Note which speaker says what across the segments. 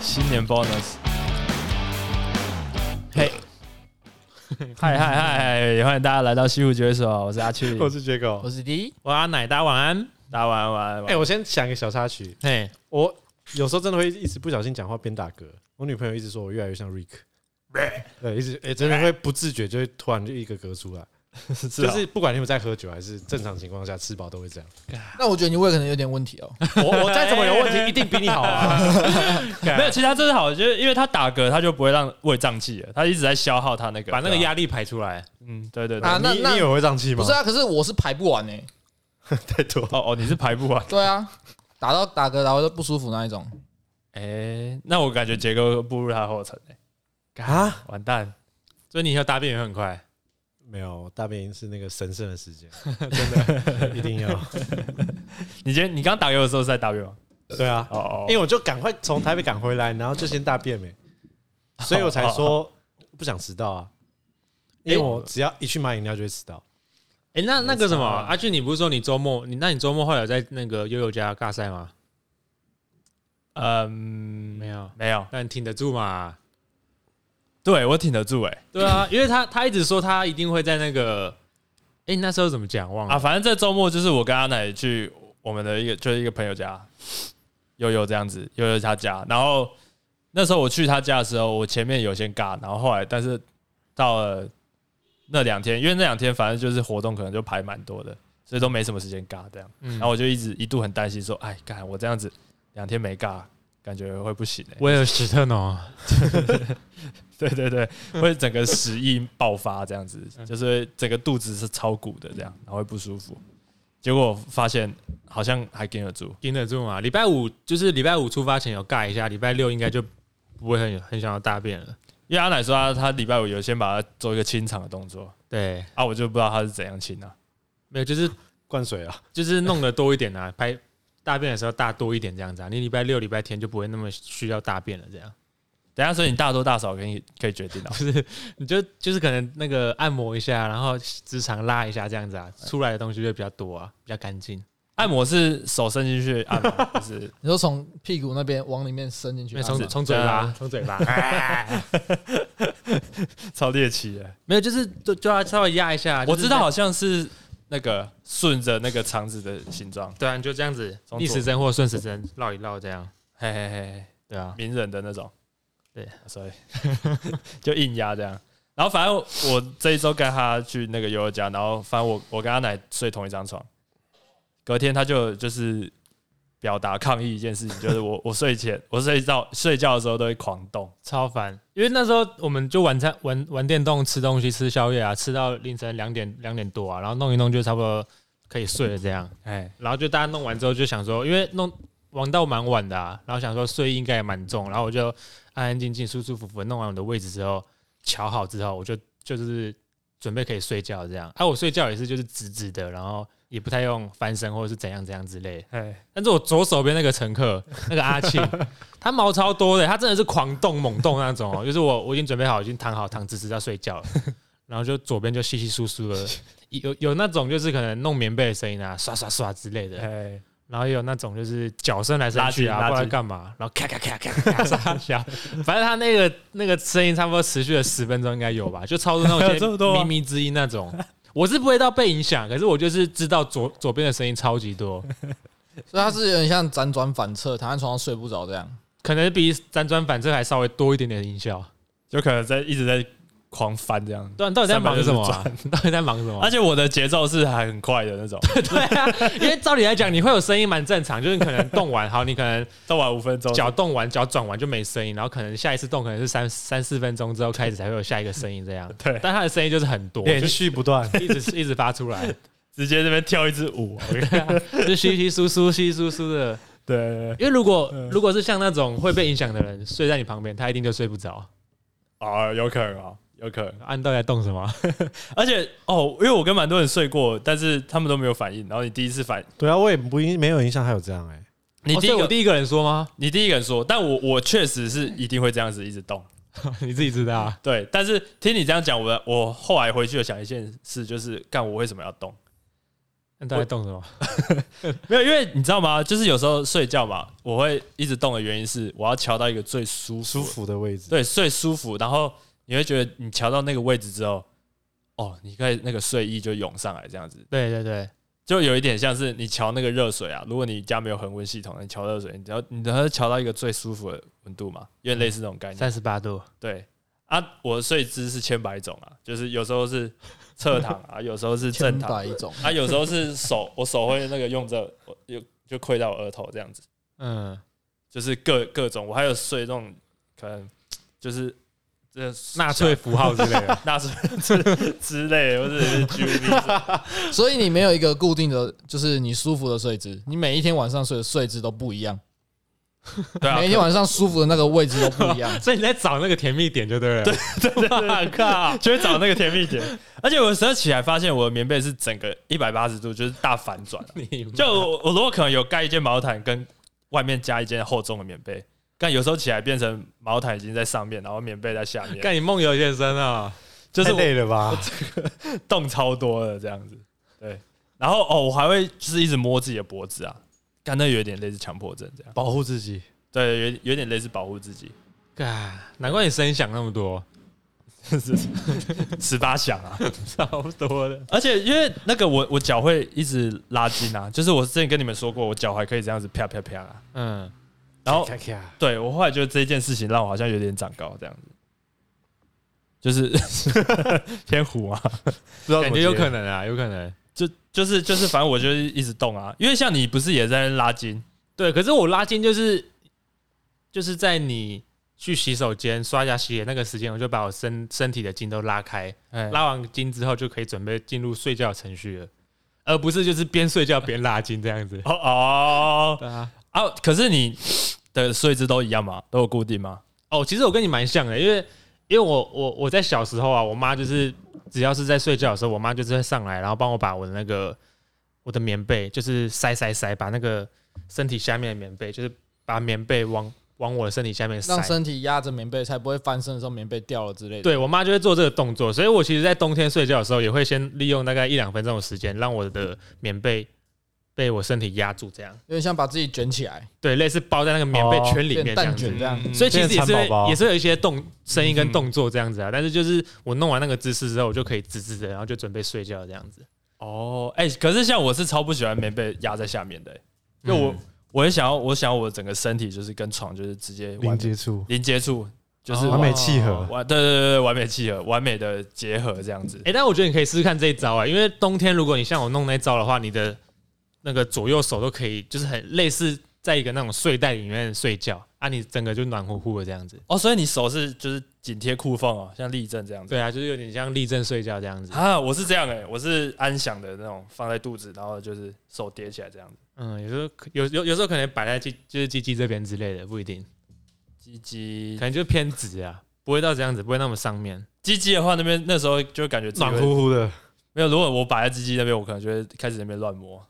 Speaker 1: 新年 bonus。嘿，嗨嗨嗨！也 欢迎大家来到西湖解所，我是阿趣，
Speaker 2: 我是杰狗
Speaker 3: 我，是 D，
Speaker 2: 我阿奶，大家晚安。
Speaker 1: 大家晚安晚安。
Speaker 2: 哎、我先讲一个小插曲，
Speaker 3: 嘿
Speaker 2: 我有时候真的会一直不小心讲话边打嗝。我女朋友一直说我越来越像 Rick，对，一直哎、真的会不自觉就会突然就一个嗝出来，
Speaker 1: 是
Speaker 2: 就
Speaker 1: 啊
Speaker 2: 是不管你有没有在喝酒还是正常情况下吃饱都会这样。
Speaker 3: 那我觉得你胃可能有点问题哦。
Speaker 2: 我我再怎么有问题，一定比你好啊。
Speaker 1: 没有，其实他真的好，就是因为他打嗝，他就不会让胃胀气了，他一直在消耗他那个，
Speaker 4: 把那个
Speaker 1: 对啊，
Speaker 4: 压力排出来。
Speaker 1: 嗯，对对对
Speaker 3: 啊。那
Speaker 2: 你
Speaker 3: 那
Speaker 2: 你有会胀气吗？
Speaker 3: 不是啊，可是我是排不完呢、欸
Speaker 2: 太多。
Speaker 1: 哦哦，你是排不完。
Speaker 3: 对啊，打到打嗝打到都不舒服那一种。
Speaker 1: 哎，那我感觉杰哥步入他的后尘哎，
Speaker 2: 啊，
Speaker 1: 完蛋，
Speaker 4: 所以你以后大便也会很快。
Speaker 2: 没有，大便是那个神圣的时间，真的 一定要。
Speaker 1: 你今天你刚打嗝的时候是在打嗝吗？
Speaker 2: 对啊，
Speaker 1: 哦哦
Speaker 2: 因，为我就赶快从台北赶回来，然后就先大便没，所以我才说不想迟到啊，因为我只要一去买饮料就会迟到。
Speaker 4: 哎、那那个什么，
Speaker 1: 没差啊
Speaker 4: 阿俊，你不是说你周末，你那你周末后来有在那个悠悠家尬赛吗？
Speaker 1: 嗯，
Speaker 4: 没有，
Speaker 1: 没有，
Speaker 4: 但你挺得住嘛？
Speaker 1: 对我挺得住哎
Speaker 4: 对啊，因为他他一直说他一定会在那个，哎、你那时候怎么讲忘了？
Speaker 1: 啊，反正这周末就是我跟阿奶去我们的一个就是一个朋友家，悠悠这样子，悠悠他家，然后那时候我去他家的时候，我前面有先尬，然后后来但是到了那两天，因为那两天反正就是活动可能就排蛮多的，所以都没什么时间尬这样，
Speaker 4: 嗯
Speaker 1: 然后我就一直一度很担心说，哎，干我这样子两天没尬，感觉会不行哎、
Speaker 4: 威尔史特农，
Speaker 1: 对对对，会整个食欲爆发这样子， 就是整个肚子是超鼓的这样，然后会不舒服。结果发现好像还顶得住，
Speaker 4: 顶得住嘛？礼拜五就是礼拜五出发前有尬一下，礼拜六应该就不会很很想要大便了。
Speaker 1: 因为阿奶说他他礼拜五有先把它做一个清场的动作
Speaker 4: 对，
Speaker 1: 啊，我就不知道他是怎样清啊。
Speaker 4: 没有，就是
Speaker 2: 灌水啊，
Speaker 4: 就是弄得多一点啊， 排大便的时候大多一点这样子啊。你礼拜六、礼拜天就不会那么需要大便了，这样。
Speaker 1: 等一下所以你大多大少可以可以决定啊。
Speaker 4: 你就就是可能那个按摩一下，然后直肠拉一下这样子啊，出来的东西就比较多啊，比较干净。
Speaker 1: 按摩是手伸进去按摩，不是
Speaker 3: 你说从屁股那边往里面伸进去
Speaker 4: 没有，
Speaker 3: 啊，
Speaker 4: 从从嘴
Speaker 1: 对
Speaker 4: 拉
Speaker 1: 啊，
Speaker 4: 从嘴拉，
Speaker 1: 超猎奇的。
Speaker 4: 没有，就是就就要稍微压一下。
Speaker 1: 我
Speaker 4: 就是
Speaker 1: 知道
Speaker 4: 在，
Speaker 1: 好像是那个顺着那个肠子的形状，
Speaker 4: 对啊，你就这样子
Speaker 1: 从左
Speaker 4: 逆时针或顺时针绕一绕这样。
Speaker 1: 嘿嘿嘿嘿。
Speaker 4: 对啊，
Speaker 1: 名人的那种，
Speaker 4: 对，
Speaker 1: 所以 就硬压这样。然后反正我这一周跟他去那个悠悠家，然后反正我我跟他奶睡同一张床，隔天他就就是表达抗议一件事情，就是我 我睡前我睡觉睡觉的时候都会狂动，
Speaker 4: 超烦，因为那时候我们就晚餐玩玩电动、吃东西、吃宵夜啊，吃到凌晨两点两点多啊，然后弄一弄就差不多可以睡了这样。
Speaker 1: 哎，
Speaker 4: 然后就大家弄完之后就想说，因为弄玩到蛮晚的啊，然后想说睡意应该也蛮重，然后我就安安静静、舒舒服服地弄完我的位置之后，瞧好之后，我就就是准备可以睡觉这样。啊，我睡觉也是就是直直的，然后也不太用翻身或者是怎样怎样之类的。
Speaker 1: 哎，
Speaker 4: 但是我左手边那个乘客，那个阿庆，他毛超多的，他真的是狂动猛动那种哦。就是我我已经准备好，已经躺好躺直直要睡觉了，然后就左边就稀稀疏疏的，有有那种就是可能弄棉被的声音啊，刷刷刷之类的，
Speaker 1: 哎，
Speaker 4: 然后也有那种就是脚伸来伸
Speaker 1: 拉筋
Speaker 4: 去
Speaker 1: 拉
Speaker 4: 啊，不知道
Speaker 1: 筋
Speaker 4: 干嘛，然后咔咔咔咔咔撒小，反正他那个那个声音差不多持续了十分钟应该有吧，就超出那
Speaker 1: 这么
Speaker 4: 种
Speaker 1: 多吗
Speaker 4: 靡靡之音那种。我是不会到被影响，可是我就是知道左左边的声音超级多。
Speaker 3: 所以它是有点像辗转反侧，躺在床上睡不着这样。
Speaker 4: 可能比辗转反侧还稍微多一点点音效。
Speaker 1: 就可能在一直在狂翻这样。
Speaker 4: 对啊，你到底在忙什么、啊
Speaker 1: 360？
Speaker 4: 你到底在忙什么、
Speaker 1: 而且我的节奏是还很快的那种，
Speaker 4: 对啊， 因为照理来讲，你会有声音蛮正常，就是你可能动完，好，你可能
Speaker 1: 动完五分钟，
Speaker 4: 脚动完、脚转完就没声音，然后可能下一次动可能是三三四分钟之后开始才会有下一个声音这 样。
Speaker 1: 对
Speaker 4: 但他的声音就是很多，
Speaker 2: 连
Speaker 4: 就
Speaker 2: 续不断。
Speaker 4: 一直一直发出来，
Speaker 1: 直接这边跳一支舞，我跟你
Speaker 4: 对啊，就稀稀疏疏、稀稀疏疏的。
Speaker 1: 对对对，
Speaker 4: 因为如果如果是像那种会被影响的人睡在你旁边，他一定就睡不着。
Speaker 1: 啊，有可能啊，有可能。
Speaker 4: 按到底在动什么？
Speaker 1: 而且哦，因为我跟蛮多人睡过，但是他们都没有反应。然后你第一次反，
Speaker 2: 对啊，我也不没有印象还有这样哎、
Speaker 1: 你
Speaker 4: 哦
Speaker 1: 第一
Speaker 4: 所以
Speaker 1: 个，
Speaker 4: 我第一个人说吗？
Speaker 1: 你第一个人说，但我我确实是一定会这样子一直动。
Speaker 4: 你自己知道啊。
Speaker 1: 对，但是听你这样讲，我我后来回去有想一件事，就是干我为什么要动？
Speaker 4: 那到底动什么？
Speaker 1: 没有，因为你知道吗？就是有时候睡觉嘛，我会一直动的原因是我要调到一个最舒服、
Speaker 2: 舒服的 位置。
Speaker 1: 对最舒服，然后你会觉得你调到那个位置之后，哦，你可以那个睡意就涌上来，这样子
Speaker 4: 对对对，
Speaker 1: 就有一点像是你调那个热水啊。如果你家没有恒温系统，你调热水，你只要你只要调到一个最舒服的温度嘛，有点类似这种概念。
Speaker 4: 三十八度，
Speaker 1: 对啊，我的睡姿是千百种啊，就是有时候是侧躺啊，有时候是正
Speaker 3: 千
Speaker 1: 躺
Speaker 3: 百一种，
Speaker 1: 啊，有时候是手， 我手会那个用着，我就就跪到我额头这样子，
Speaker 4: 嗯，
Speaker 1: 就是各各种，我还有睡那种可能就是这
Speaker 4: 纳粹符号之类的，
Speaker 1: 纳粹之之类，或者是 QV，
Speaker 3: 所以你没有一个固定的，就是你舒服的睡姿，你每一天晚上睡的睡姿都不一样，
Speaker 1: 对啊，
Speaker 3: 每一天晚上舒服的那个位置都不一样。
Speaker 4: 所以你在找那个甜蜜点就对了。对，
Speaker 1: 我靠，就会找那个甜蜜点。 而且我有时候起来发现我的棉被是整个一百八十度，就是大反转啊、
Speaker 4: 你妈
Speaker 1: 就我我如果可能有盖一件毛毯，跟外面加一件厚重的棉被，但有时候起来变成毛毯已经在上面，然后棉被在下面，
Speaker 4: 干你梦游健身啊？
Speaker 1: 就是
Speaker 2: 太
Speaker 1: 我
Speaker 2: 累了吧？
Speaker 1: 动超多的这样子。对，然后哦，我还会就是一直摸自己的脖子啊，干那有点类似强迫症这样。
Speaker 2: 保护自己，
Speaker 1: 对，有有点类似保护自己，
Speaker 4: 干，难怪你声响那么多，
Speaker 1: 十八响啊。
Speaker 4: 超多的。
Speaker 1: 而且因为那个我我脚会一直拉筋啊，就是我之前跟你们说过，我脚还可以这样子啪啪啪啊。
Speaker 4: 嗯，
Speaker 1: 然后
Speaker 2: 咔咔
Speaker 1: 对我后来觉得这件事情让我好像有点长高这样子，就是偏虎啊，
Speaker 2: 不知道
Speaker 4: 感觉有可能啊，有可能。
Speaker 1: 就就是就是，反正我就是一直动啊，因为像你不是也在那边拉筋，
Speaker 4: 对，可是我拉筋就是就是在你去洗手间刷牙洗脸那个时间，我就把我身身体的筋都拉开，
Speaker 1: 哎，。
Speaker 4: 拉完筋之后就可以准备进入睡觉的程序了，而不是就是边睡觉边拉筋这样子
Speaker 1: 哦哦
Speaker 4: 对啊，
Speaker 1: 啊，可是你的睡姿都一样吗？都有固定吗？
Speaker 4: 哦，其实我跟你蛮像的，因为因为我我我在小时候啊，我妈就是只要是在睡觉的时候，我妈就是会上来，然后帮我把我的那个我的棉被就是塞塞塞，把那个身体下面的棉被就是把棉被往往我的身体下面 塞
Speaker 3: 让。身体压着棉被，才不会翻身的时候棉被掉了之类的。，
Speaker 4: 对我妈就会做这个动作，所以我其实，在冬天睡觉的时候，也会先利用大概一两分钟的时间，让我的棉被被我身体压住，这样
Speaker 3: 有点像把自己卷起 来，
Speaker 4: 对，类似包在那个棉被
Speaker 2: 哦
Speaker 4: 圈里面
Speaker 3: 变
Speaker 4: 这样
Speaker 3: 蛋
Speaker 4: 子。
Speaker 3: 卷这样。
Speaker 1: 嗯
Speaker 4: 所以其实也
Speaker 2: 变
Speaker 4: 是
Speaker 2: 成
Speaker 4: 会
Speaker 2: 蚕宝宝
Speaker 4: 也是有一些动声音跟动作这样子啊，但是就是我弄完那个姿势之后，我就可以直直的，然后就准备睡觉这样子。
Speaker 1: 哦，哎、可是像我是超不喜欢棉被压在下面的、欸，因为我、我也想要，我想要我整个身体就是跟床就是直接完
Speaker 2: 零接触，
Speaker 1: 零接触，就是
Speaker 2: 完美契合。
Speaker 1: 完对对对对，完美契合，完美的结合这样子。
Speaker 4: 哎、但我觉得你可以试试看这一招啊、因为冬天如果你像我弄那一招的话，你的那个左右手都可以，就是很类似在一个那种睡袋里面睡觉啊，你整个就暖乎乎的这样子。
Speaker 1: 哦，所以你手是就是紧贴裤缝哦，像立正这样子。
Speaker 4: 对啊，就是有点像立正睡觉这样子。
Speaker 1: 啊，我是这样哎、我是安详的那种，放在肚子，然后就是手叠起来这样子，
Speaker 4: 嗯，有时候可有有有时候可能摆在鸡就是鸡鸡这边之类的，不一定，
Speaker 1: 鸡鸡
Speaker 4: 可能就偏直啊，不会到这样子，不会那么上面。
Speaker 1: 鸡鸡的话，那边那时候就感觉自己
Speaker 2: 暖
Speaker 1: 会
Speaker 2: 乎乎的，
Speaker 1: 没有。如果我摆在鸡鸡那边，我可能就会开始在那边乱摸，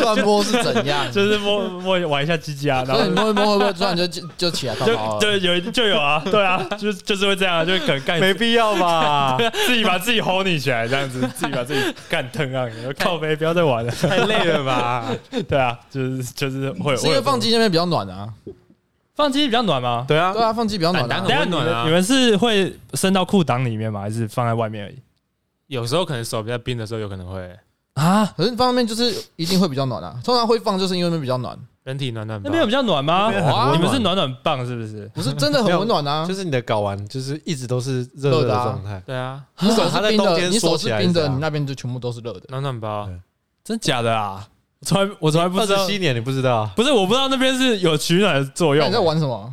Speaker 3: 乱摸是怎 样？
Speaker 1: 就是摸摸玩一下鸡 鸡啊，然
Speaker 3: 所
Speaker 1: 后
Speaker 3: 以你摸一摸会不会突然就就就起来干嘛
Speaker 1: 就
Speaker 3: 了？
Speaker 1: 就有就有啊，对啊，就就是会这样啊，就可能干啊
Speaker 2: 没必要 吧？
Speaker 1: 自己把自己 hold 你起来，这样子自己把自己干疼啊，你说靠背不要再玩了，
Speaker 4: 太累了吧？
Speaker 1: 对啊，就是就是 会
Speaker 3: 是因为放
Speaker 1: 机
Speaker 3: 鸡那边比较暖啊。
Speaker 1: 放机比较暖吗？
Speaker 2: 对啊
Speaker 3: 对，啊，放鸡比较暖
Speaker 4: 很
Speaker 3: 啊
Speaker 4: 难。
Speaker 1: 等一下
Speaker 4: 很温暖啊
Speaker 1: 你们你们是会伸到裤裆里面吗？还是放在外面而已？
Speaker 4: 有时候可能手比较冰的时候，有可能会
Speaker 1: 啊，
Speaker 3: 可是方便面就是一定会比较暖啊，通常会放就是因为那边比较暖，
Speaker 4: 人体暖暖啊包
Speaker 1: 那。边有比较暖吗？
Speaker 2: 那边很温暖
Speaker 1: 你们是暖暖棒是不是？
Speaker 3: 不是真的很温暖啊
Speaker 2: 就。是你的睾丸就是一直都是热热
Speaker 3: 热
Speaker 2: 的
Speaker 3: 的啊
Speaker 2: 状态，
Speaker 4: 对啊，
Speaker 3: 你手
Speaker 2: 它
Speaker 3: 是
Speaker 2: 在
Speaker 3: 冰
Speaker 2: 冬
Speaker 3: 的，
Speaker 2: 天
Speaker 3: 你手
Speaker 2: 缩
Speaker 3: 是
Speaker 2: 起来
Speaker 3: 冰
Speaker 2: 是
Speaker 3: 的，
Speaker 2: 啊
Speaker 3: 你那边就全部都是热的。
Speaker 4: 暖暖包
Speaker 2: 对。
Speaker 1: 真假的啊？从来我从来不
Speaker 2: 二
Speaker 1: 知
Speaker 2: 十
Speaker 1: 道，
Speaker 2: 七年你不知道 啊，
Speaker 1: 不是我不知道那边是有取暖的作
Speaker 3: 那
Speaker 1: 用
Speaker 3: 你在。玩什么？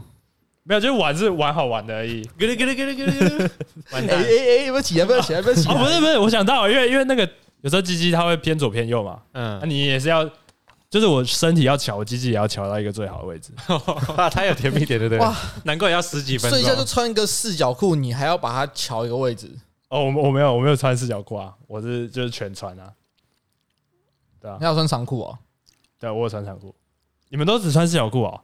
Speaker 1: 没有，就是玩是玩好玩的而已。
Speaker 4: 咯咯咯咯咯咯，完
Speaker 3: 哎
Speaker 4: 蛋！
Speaker 3: 哎哎，不要起来，不要 起来，不要 起啊
Speaker 1: 哦，不
Speaker 3: 来！
Speaker 1: 是不是，我想到了，因为因为那个有时候鸡鸡它会偏左偏右嘛，那、
Speaker 4: 嗯，
Speaker 1: 你也是要，就是我身体要翘，我鸡鸡也要翘到一个最好的位置。
Speaker 2: 啊，它有甜蜜点对不对？
Speaker 3: 哇
Speaker 4: 难怪要十几分钟。
Speaker 3: 睡一下就穿一个四角裤，你还要把它调一个位置，
Speaker 1: 哦，我我没有我没有穿四角裤啊，我是就是全穿啊。对啊
Speaker 3: 你，还要穿长裤哦。
Speaker 1: 对啊我有穿长裤。你们都只穿四角裤哦？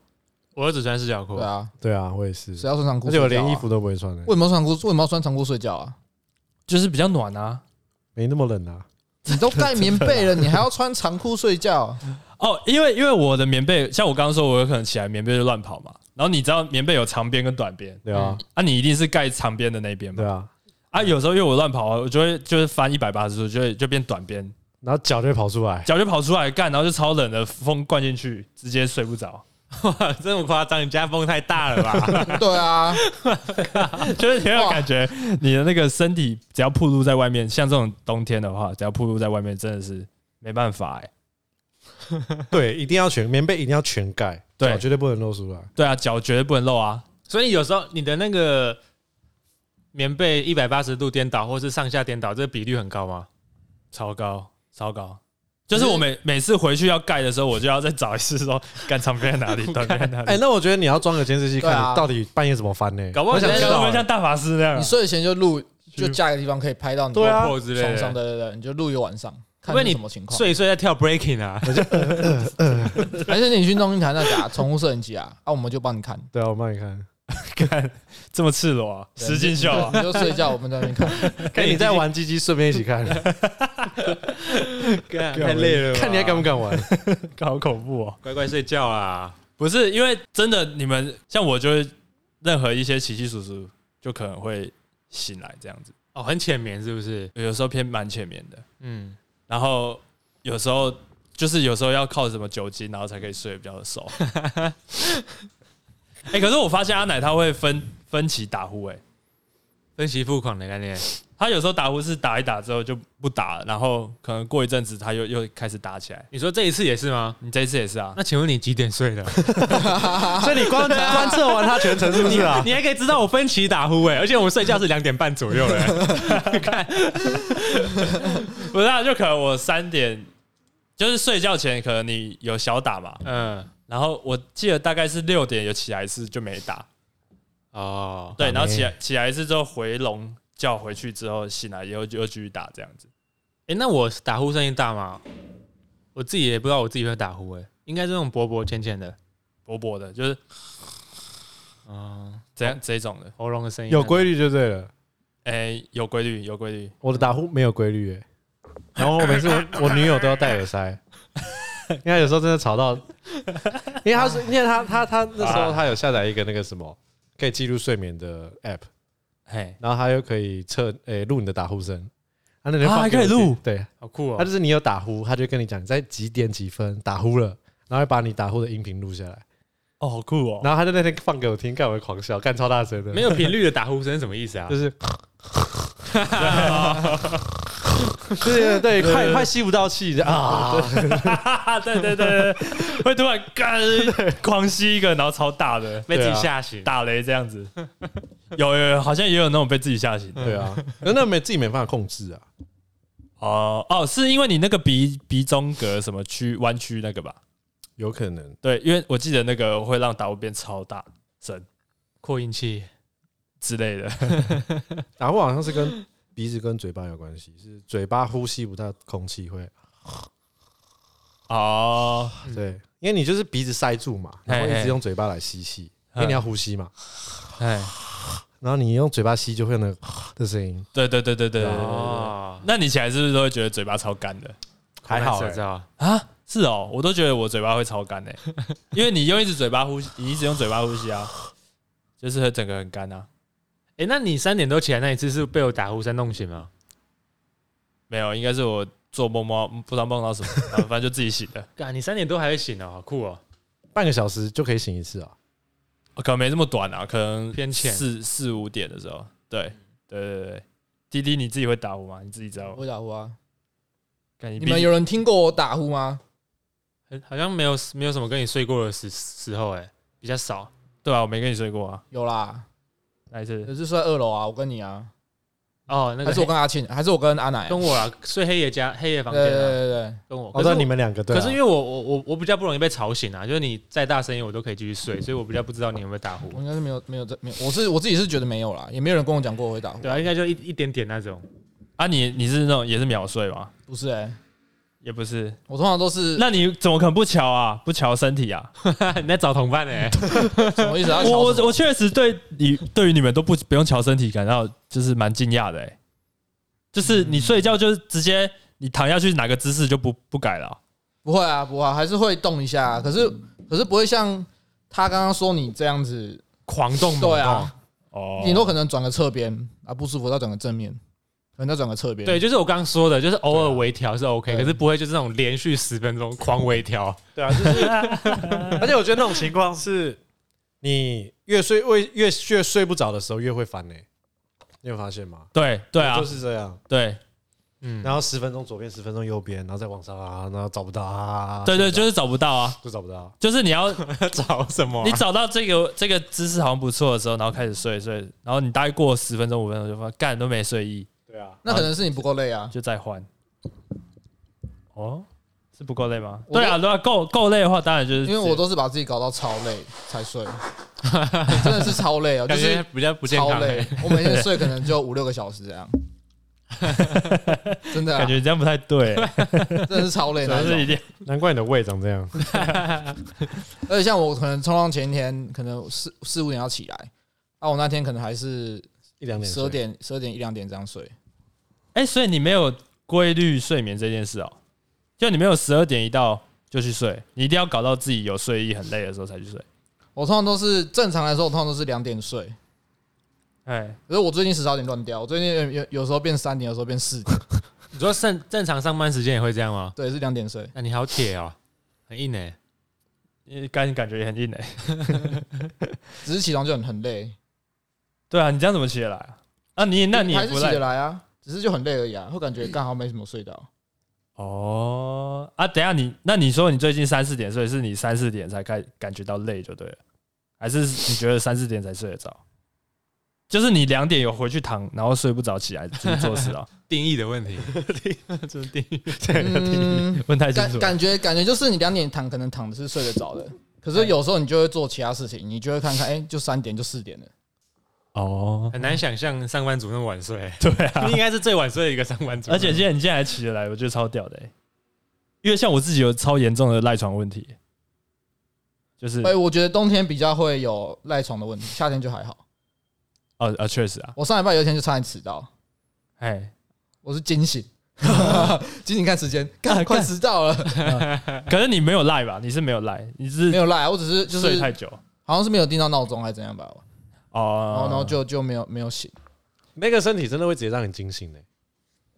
Speaker 4: 我就只穿四角裤
Speaker 3: 对，啊，
Speaker 2: 对啊，我也是，
Speaker 3: 谁要穿长裤？啊
Speaker 2: 而且我连衣服。都不会穿欸的，
Speaker 3: 为什么要穿长裤？为什么要穿长裤睡觉啊？
Speaker 1: 就是比较暖啊。
Speaker 2: 没那么冷啊。
Speaker 3: 你都盖棉 被了，你还要穿长裤睡觉？
Speaker 1: 哦，因为因为我的棉被，像我刚刚说，我有可能起来棉被就乱跑嘛。然后你知道棉被有长边跟短边
Speaker 2: 对啊，
Speaker 1: 啊，你一定是盖长边的那
Speaker 4: 嗯
Speaker 1: 边嘛
Speaker 2: 对。啊，
Speaker 1: 啊，有时候因为我乱跑啊，我就会就是翻一百八十度，就会就变短边，
Speaker 2: 然后脚就会跑出来，
Speaker 1: 脚就跑出来干，然后就超冷的风灌进去，直接睡不 着。
Speaker 4: 哇，这么夸张？你家风太大了吧？
Speaker 3: 对啊，
Speaker 1: 就是你有
Speaker 3: 哇
Speaker 1: 感觉，你的那个身体只要暴露在外面，像这种冬天的话，只要暴露在外面，真的是没办法哎、
Speaker 2: 对，一定要全棉被，一定要全盖，
Speaker 1: 对
Speaker 2: 脚绝对不能露出来。
Speaker 1: 对啊，脚绝对不能露啊。
Speaker 4: 所以你有时候你的那个棉被一百八十度颠倒，或是上下颠倒，这个比率很高吗？
Speaker 1: 超高，超高。就是我每每次回去要盖的时候，我就要再找一次说，干长边在哪里，短边在哪
Speaker 2: 哎，
Speaker 1: 里。
Speaker 2: 那我觉得你要装个监视器，
Speaker 3: 对
Speaker 2: 看
Speaker 3: 啊
Speaker 2: 你到底半夜怎么翻呢？
Speaker 4: 搞不好
Speaker 2: 我想
Speaker 4: 你
Speaker 1: 像
Speaker 4: 在
Speaker 2: 知
Speaker 1: 会不
Speaker 2: 道
Speaker 1: 会
Speaker 2: 欸
Speaker 1: 像大法师那样
Speaker 3: 你
Speaker 1: 啊？
Speaker 3: 睡前就录，就架个地方可以拍到你
Speaker 2: 对啊
Speaker 4: GoPro 之类的
Speaker 3: 床上，对对对，你就录一个晚上，看
Speaker 4: 因为
Speaker 3: 是
Speaker 4: 你
Speaker 3: 什么情况。
Speaker 4: 睡一睡在跳 breaking 啊，
Speaker 3: 还是你去弄一台那个啊宠物摄影机啊，啊，我们就帮你看，
Speaker 2: 对啊，我帮你 看。
Speaker 1: 看这么赤裸、啊，
Speaker 3: 对
Speaker 1: 十进秀啊！
Speaker 3: 你就睡觉，我们在那边看。
Speaker 2: 哎，你在玩鸡鸡，顺便一起 看，
Speaker 4: 太累了，
Speaker 2: 看你还敢不
Speaker 4: 敢？
Speaker 2: 敢玩？
Speaker 1: 好恐怖哦！
Speaker 4: 乖乖睡觉啊！
Speaker 1: 不是因为真的，你们像我，就会任何一些奇奇叔叔，就可能会醒来这样子。
Speaker 4: 哦，很浅眠是不是？
Speaker 1: 有时候偏蛮浅眠的，
Speaker 4: 嗯，
Speaker 1: 然后有时候就是有时候要靠什么酒精，然后才可以睡得比较熟。 哎、可是我发现阿奶他会分分期打呼、欸，哎，
Speaker 4: 分期付款的概念。
Speaker 1: 他有时候打呼是打一打之后就不打了，然后可能过一阵子他又又开始打起来。
Speaker 4: 你说这一次也是吗？
Speaker 1: 你这一次也是啊？
Speaker 4: 那请问你几点 睡的？
Speaker 2: 所以你 观观测完他全程是不是啊？
Speaker 4: 你还可以知道我分期打呼哎、而且我们睡觉是两点半左右欸嘞、
Speaker 1: 不是啊，就可能我三点就是睡觉前，可能你有小打嘛，
Speaker 4: 嗯，
Speaker 1: 然后我记得大概是六点有起来一次就没打，
Speaker 4: 哦，
Speaker 1: 对，然后
Speaker 2: 没
Speaker 1: 起来起来一次之后回笼觉回去之后醒来以后就又继续打这样子。
Speaker 4: 哎、那我打呼声音大吗？我自己也不知道我自己会打呼哎、应该是那种薄薄浅浅的，
Speaker 1: 薄薄的，就是
Speaker 4: 嗯，
Speaker 1: 这样这一种的。
Speaker 4: 喉咙的声音 啊
Speaker 2: 有规律就对了。
Speaker 1: 哎、有规律，有规律。
Speaker 2: 我的打呼没有规律、欸，然后我每次我我女友都要戴耳塞，因为她有时候真的吵到，因为她是因为她她她那时
Speaker 4: 啊
Speaker 2: 候她有下载一个那个什么可以记录睡眠的 app，
Speaker 1: 嘿，
Speaker 2: 然后她又可以测诶录你的打呼声，她那天
Speaker 1: 啊
Speaker 2: 放给我
Speaker 1: 还可以
Speaker 2: 听
Speaker 1: 录，
Speaker 2: 对，
Speaker 4: 好酷
Speaker 2: 她
Speaker 4: 哦、
Speaker 2: 就是你有打呼，她就跟你讲在几点几分打呼了。然后会把你打呼的音频录下来，
Speaker 1: 哦，好酷 哦。
Speaker 2: 然后她就那天放给我听，干我会狂笑，干超大声的，
Speaker 4: 没有频率的打呼声是什么意思啊
Speaker 2: 就？是，对对对，快快吸不到气这样啊！
Speaker 1: 对对对对，会突然干狂吸一个，然后超大的啊
Speaker 4: 被自己吓醒，
Speaker 1: 打雷这样子。有有有，好像也有那种被自己吓醒的。
Speaker 2: 对啊，可那没自己没办法控制啊。
Speaker 1: 哦哦，是因为你那个鼻鼻中隔什么区弯曲那个吧？
Speaker 2: 有可能
Speaker 1: 对，因为我记得那个会让打呼变超大声
Speaker 4: 扩音器，
Speaker 1: 之类的。
Speaker 2: 打呼好像是跟鼻子跟嘴巴有关系，是嘴巴呼吸不到空气会
Speaker 1: 哦，
Speaker 4: 嗯
Speaker 2: 对，因为你就是鼻子塞住嘛，然后
Speaker 1: 嘿
Speaker 2: 一
Speaker 1: 嘿
Speaker 2: 直用嘴巴来吸气，因
Speaker 1: 嗯
Speaker 2: 为你要呼吸嘛，
Speaker 1: 哎，
Speaker 2: 然后你用嘴巴吸就会有那个的声音，
Speaker 1: 对对对对对对对对。
Speaker 4: 哦，
Speaker 1: 那你起来是不是都会觉得嘴巴超干的？
Speaker 2: 还好欸
Speaker 4: 知道。
Speaker 1: 啊，是哦，我都觉得我嘴巴会超干 诶、因为你用一直嘴巴呼吸，你一直用嘴巴呼吸啊，就是会整个很干啊。
Speaker 4: 哎、那你三点多起来那一次是被我打呼声弄醒吗？
Speaker 1: 没有，应该是我做梦梦不知道梦到什 么，然后反正就自己醒的，
Speaker 4: 啊，你三点多还会醒哦，好酷哦！
Speaker 2: 半个小时就可以醒一次啊。
Speaker 1: 可能没这么短啊，可能
Speaker 4: 偏浅
Speaker 1: 四四五点的时候，对对对对。滴滴，你自己会打呼吗？你自己知道吗？
Speaker 3: 我打呼啊，
Speaker 1: 看你
Speaker 3: 你
Speaker 1: 毕
Speaker 3: 们
Speaker 1: 竟
Speaker 3: 有人听过我打呼吗？
Speaker 4: 很好像没有没有什么跟你睡过的时时候、欸，哎，比较少。
Speaker 1: 对吧？我没跟你睡过啊，
Speaker 3: 有啦，
Speaker 1: 那一次
Speaker 3: 有是睡在二楼啊，我跟你啊，
Speaker 4: 哦，那个
Speaker 3: 还是我跟阿庆，还是我跟阿奶啊，
Speaker 4: 跟我啦，睡黑夜家黑夜
Speaker 3: 对
Speaker 4: 房间
Speaker 3: 对
Speaker 4: 啊，
Speaker 3: 对哦对，
Speaker 4: 跟我。
Speaker 2: 我
Speaker 4: 可
Speaker 2: 说
Speaker 4: 是
Speaker 2: 你们两个对啊，
Speaker 4: 可是因为我我我我比较不容易被吵醒啊，就是你再大声音我都可以继续睡，所以我比较不知道你有没有打
Speaker 3: 我
Speaker 4: 呼。
Speaker 3: 应该是没有没有在没有，我是我自己是觉得没有啦，也没有人跟我讲过我会打呼，
Speaker 4: 对啊，应该就一一点点那种。
Speaker 1: 啊你，你是那种也是秒睡吗？
Speaker 3: 不是哎、
Speaker 1: 也不是，
Speaker 3: 我通常都是
Speaker 1: 那你怎么可能不瞧啊？不瞧身体啊？
Speaker 4: 你在找同伴哎、
Speaker 3: 什么意思啊？
Speaker 1: 我我我
Speaker 3: 我
Speaker 1: 确实对你对于你们都不不用瞧身体感到就是蛮惊讶的、欸，就是你睡觉就是直接你躺下去哪个姿势就不不改了啊、
Speaker 3: 不会啊，不会、啊，还是会动一下啊、可是可是不会像他刚刚说你这样子，
Speaker 4: 狂动猛动
Speaker 3: 对啊，
Speaker 1: 哦，
Speaker 3: 顶多可能转个侧边啊，不舒服再转个正面，可能再转个侧边。
Speaker 4: 对，就是我刚刚说的，就是偶尔微调是 OK，、
Speaker 3: 嗯对
Speaker 4: 可是不会就这种连续十分钟狂微调。
Speaker 2: 对啊，就是，而且我觉得那种情 况是，你越睡越越越睡不着的时候越会烦呢、你有发现吗？
Speaker 1: 对对啊
Speaker 2: 就，是这样。
Speaker 1: 对
Speaker 4: 嗯，
Speaker 2: 然后十分钟左边，十分钟右边，然后再往上啊，然后找不到啊，
Speaker 1: 对对，
Speaker 2: 找不到
Speaker 1: 就是找不到啊，
Speaker 2: 就找不到。
Speaker 1: 就是你要
Speaker 4: 找什么啊、
Speaker 1: 你找到这个这个姿势好像不错的时候，然后开始睡睡，然后你大概过十分钟五分钟就发现干都没睡意，
Speaker 2: 对啊，
Speaker 3: 那可能是你不够累啊。
Speaker 1: 就再换。哦，是不够累吗？
Speaker 3: 我
Speaker 1: 对啊，对啊，够够累的话，当然就是
Speaker 3: 因为我都是把自己搞到超累才睡，真的是超累哦，就
Speaker 4: 感
Speaker 3: 是
Speaker 4: 觉比较不健
Speaker 3: 超
Speaker 4: 康、
Speaker 3: 累。我每天睡可能就五六个小时这样，真的、啊
Speaker 1: 感，觉这样不太 对，
Speaker 3: 真的是超累
Speaker 1: 主
Speaker 3: 那
Speaker 1: 要
Speaker 3: 一
Speaker 1: 是
Speaker 3: 种。
Speaker 1: 一定
Speaker 2: 难怪你的胃长这样。
Speaker 3: 而且像我可能冲浪前一天，可能四四五点要起来，啊，我那天可能还是
Speaker 2: 一两点
Speaker 3: 十
Speaker 2: 睡
Speaker 3: 二，点、十二点一两点这样睡。
Speaker 1: 哎、所以你没有规律睡眠这件事哦，就你没有十二点一到就去睡，你一定要搞到自己有睡意、很累的时候才去睡。
Speaker 3: 我通常都是正常来说，我通常都是两点睡，
Speaker 1: 哎，
Speaker 3: 可是我最近时早点乱掉，我最近有有有时候变三点，有时候变四点，
Speaker 4: 你说正正常上班时间也会这样吗？
Speaker 3: 对，是两点睡。
Speaker 4: 那、你好铁哦，很硬哎、
Speaker 1: 你感感觉也很硬哎、
Speaker 3: 只是起床就很很累，
Speaker 1: 对啊，你这样怎么起得来啊？啊你那你
Speaker 3: 还
Speaker 1: 也
Speaker 3: 是
Speaker 1: 不
Speaker 3: 起
Speaker 1: 赖
Speaker 3: 得来啊，只是就很累而已啊，会感觉刚好没什么睡 到。
Speaker 1: 哦啊！等一下你那你说你最近三四点睡，是你三四点才开感觉到累就对了，还是你觉得三四点才睡得着？就是你两点有回去躺，然后睡不着起来去做事 啊？
Speaker 4: 定义的问 题，这是定义。
Speaker 3: 嗯，
Speaker 1: 问太清楚
Speaker 3: 感
Speaker 1: 了。
Speaker 3: 感觉感觉就是你两点躺，可能躺的是睡得着的，可是有时候你就会做其他事情，你就会看看，哎、就三点就四点了。
Speaker 1: 哦，
Speaker 4: 很难想象上班族那么晚睡，
Speaker 1: 对啊，
Speaker 4: 你应该是最晚睡的一个上班族。
Speaker 1: 而且现在你现在还起得来，我觉得超屌的、欸。因为像我自己有超严重的赖床问题，就是
Speaker 3: 哎、我觉得冬天比较会有赖床的问题，夏天就还好。
Speaker 1: 哦啊，确实啊，
Speaker 3: 我上礼拜有一天就差点迟到，
Speaker 1: 哎，
Speaker 3: 我是惊醒， 惊醒看时间，干
Speaker 1: 啊干
Speaker 3: 快迟到了，
Speaker 1: 可是你没有赖吧？你是没有赖，你是
Speaker 3: 没有赖，我只是就
Speaker 1: 睡
Speaker 3: 是
Speaker 1: 太久
Speaker 3: 好像是没有定到闹钟还是怎样吧，然
Speaker 1: 哦
Speaker 3: 后，然后就就没有没有醒。
Speaker 2: 那个身体真的会直接让你惊醒的、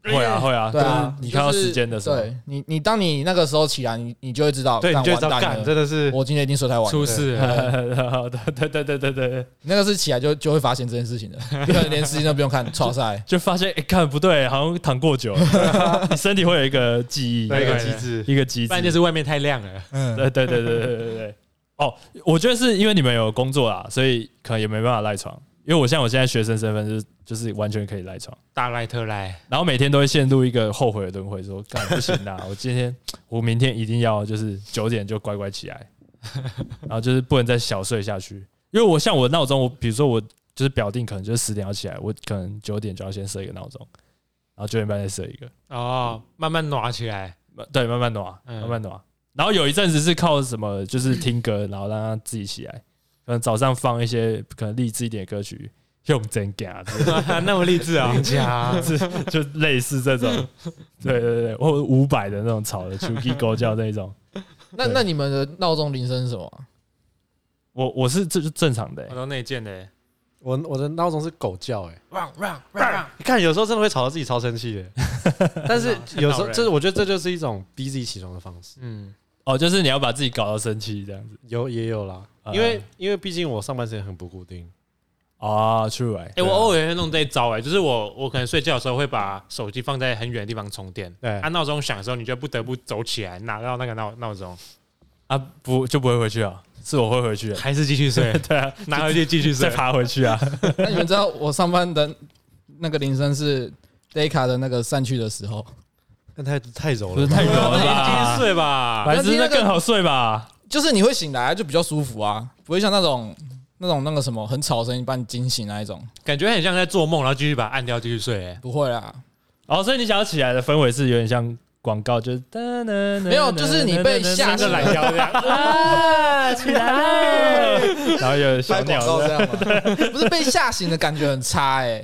Speaker 1: 会啊会啊，
Speaker 3: 对啊，
Speaker 1: 就是你看到
Speaker 3: 就是
Speaker 1: 时间的时候，
Speaker 3: 对你你当你那个时候起来，你你就会知道，
Speaker 2: 对，你
Speaker 3: 干
Speaker 2: 就知道
Speaker 3: 哦完蛋
Speaker 2: 干，
Speaker 3: 了
Speaker 2: 真的是
Speaker 3: 我今天一定睡太晚了。
Speaker 4: 出事了，
Speaker 1: 对对对对对对，
Speaker 3: 那个是起来就就会发现这件事情的，可能连时间都不用看，超赛。
Speaker 1: 就发现哎，看不对，好像躺过久 了，你身体会有一个记忆，
Speaker 2: 那个
Speaker 4: 对
Speaker 2: 机制，
Speaker 1: 一个机
Speaker 4: 不
Speaker 1: 制
Speaker 4: 然，就是外面太亮了。
Speaker 3: 嗯，
Speaker 1: 对对对对对对对。哦，我觉得是因为你们有工作啦，所以可能也没办法赖床。因为我像我现在学生身份，就是就是完全可以赖床，
Speaker 4: 大赖特赖，
Speaker 1: 然后每天都会陷入一个后悔的轮回，说干不行啦，我今天我明天一定要就是九点就乖乖起来，然后就是不能再小睡下去。因为我像我闹钟，我比如说我就是表定可能就是十点要起来，我可能九点就要先设一个闹钟，然后九点半再设一个，
Speaker 4: 哦，慢慢暖起来，
Speaker 1: 慢对，慢慢挪，啊
Speaker 4: 嗯
Speaker 1: 慢慢挪。然后有一阵子是靠什么，就是听歌，然后让他自己起来。可能早上放一些可能励志一点的歌曲，用真假的，
Speaker 4: 那么励志啊！
Speaker 1: 是就类似这种， 对对对，或五百的那种吵的，出鸡狗叫那种。
Speaker 3: 那那你们的闹钟铃声是什么 啊？
Speaker 1: 我我是这是正常的、
Speaker 4: 我
Speaker 1: 欸，
Speaker 4: 都内建的，
Speaker 2: 我我的闹钟是狗叫、 哎，
Speaker 4: 让让让，
Speaker 2: 你看有时候真的会吵到自己超生气 的，但是有时
Speaker 4: 很恼
Speaker 2: 候
Speaker 4: 人
Speaker 2: 这我觉得这就是一种逼自己起床的方式，
Speaker 4: 嗯，
Speaker 1: 哦，就是你要把自己搞到生气这样子
Speaker 2: 有也有啦，
Speaker 1: 啊
Speaker 2: 呃因为因为毕竟我上班时间很不固定，
Speaker 1: 啊、t r u e 哎、
Speaker 4: 哎，我偶尔也会弄这一招，哎，就是我我可能睡觉的时候会把手机放在很远的地方充电，
Speaker 2: 对
Speaker 4: 按闹钟响的时候，你就不得不走起来拿到那个闹闹钟，
Speaker 1: 啊不就不会回去啊，是我会回去的，
Speaker 4: 还是继续 睡，
Speaker 1: 对啊，
Speaker 4: 拿回去继 续
Speaker 1: 再
Speaker 4: 睡。
Speaker 1: 爬回 去啊，
Speaker 3: 那你们知道我上班的那个铃声是 Dayca 的那个散去的时候，
Speaker 2: 但太太柔
Speaker 1: 不是，
Speaker 2: 了
Speaker 1: 太柔了
Speaker 3: 哎
Speaker 4: 继续
Speaker 1: 吧？
Speaker 4: 睡吧，
Speaker 1: 白痴那更好睡吧？
Speaker 3: 就是你会醒来就比较舒服啊，不会像那种那种那个什么很吵的声音把你惊醒那一种，
Speaker 4: 感觉很像在做梦，然后继续把它按掉，继续睡、 欸。
Speaker 3: 不会啊啦。
Speaker 1: 哦，所以你想要起来的氛围是有点像广告，就是没
Speaker 3: 没有就是你被吓
Speaker 4: 伸个懒腰这 样，
Speaker 1: 啊，起来了， 然后有小
Speaker 3: 拍广
Speaker 1: 鸟
Speaker 3: 告
Speaker 1: 在
Speaker 3: 这样吗？不是被吓醒的感觉很差哎、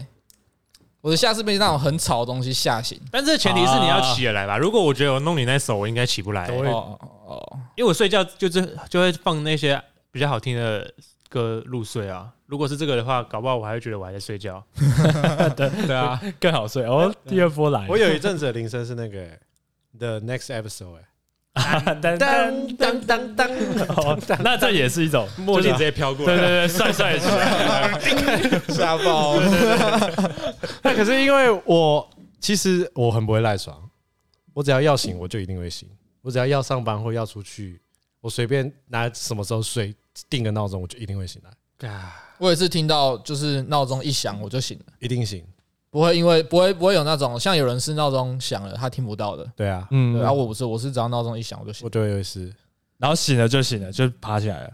Speaker 3: 我我的下是被那种很吵的东西吓醒。
Speaker 4: 但这前提是你要起得来吧？如果我觉得我弄你那首，我应该起不来、
Speaker 2: 我也
Speaker 3: 哦哦，
Speaker 4: 因为我睡觉就是就会放那些比较好听的歌入睡啊。如果是这个的话，搞不好我还会觉得我还在睡觉。对啊，
Speaker 1: 更好睡哦。第二波来了，
Speaker 2: 我有一阵子的铃声是那个、欸 The Next Episode，哎、
Speaker 1: 噔噔
Speaker 2: 当当当，
Speaker 1: 哦那这也是一种
Speaker 4: 墨镜直接飘过
Speaker 1: 对对对，
Speaker 4: 来。
Speaker 1: 帅帅 的，
Speaker 2: 吓爆！ 那欸可是因为我其实我很不会赖床，我只要要醒我就一定会醒，我只要要上班或要出去，我随便拿什么时候睡定个闹钟，我就一定会醒来，
Speaker 4: 啊
Speaker 3: 我也是听到就是闹钟一响我就醒了，
Speaker 2: 一定醒。
Speaker 3: 不会因为不会不会有那种像有人是闹钟响了他听不到的，
Speaker 2: 对啊，
Speaker 1: 嗯
Speaker 3: 对，然后我不是，我是只要闹钟一响我就
Speaker 2: 我
Speaker 3: 醒，
Speaker 2: 就会是。
Speaker 1: 然后醒了就醒了，就爬起来了。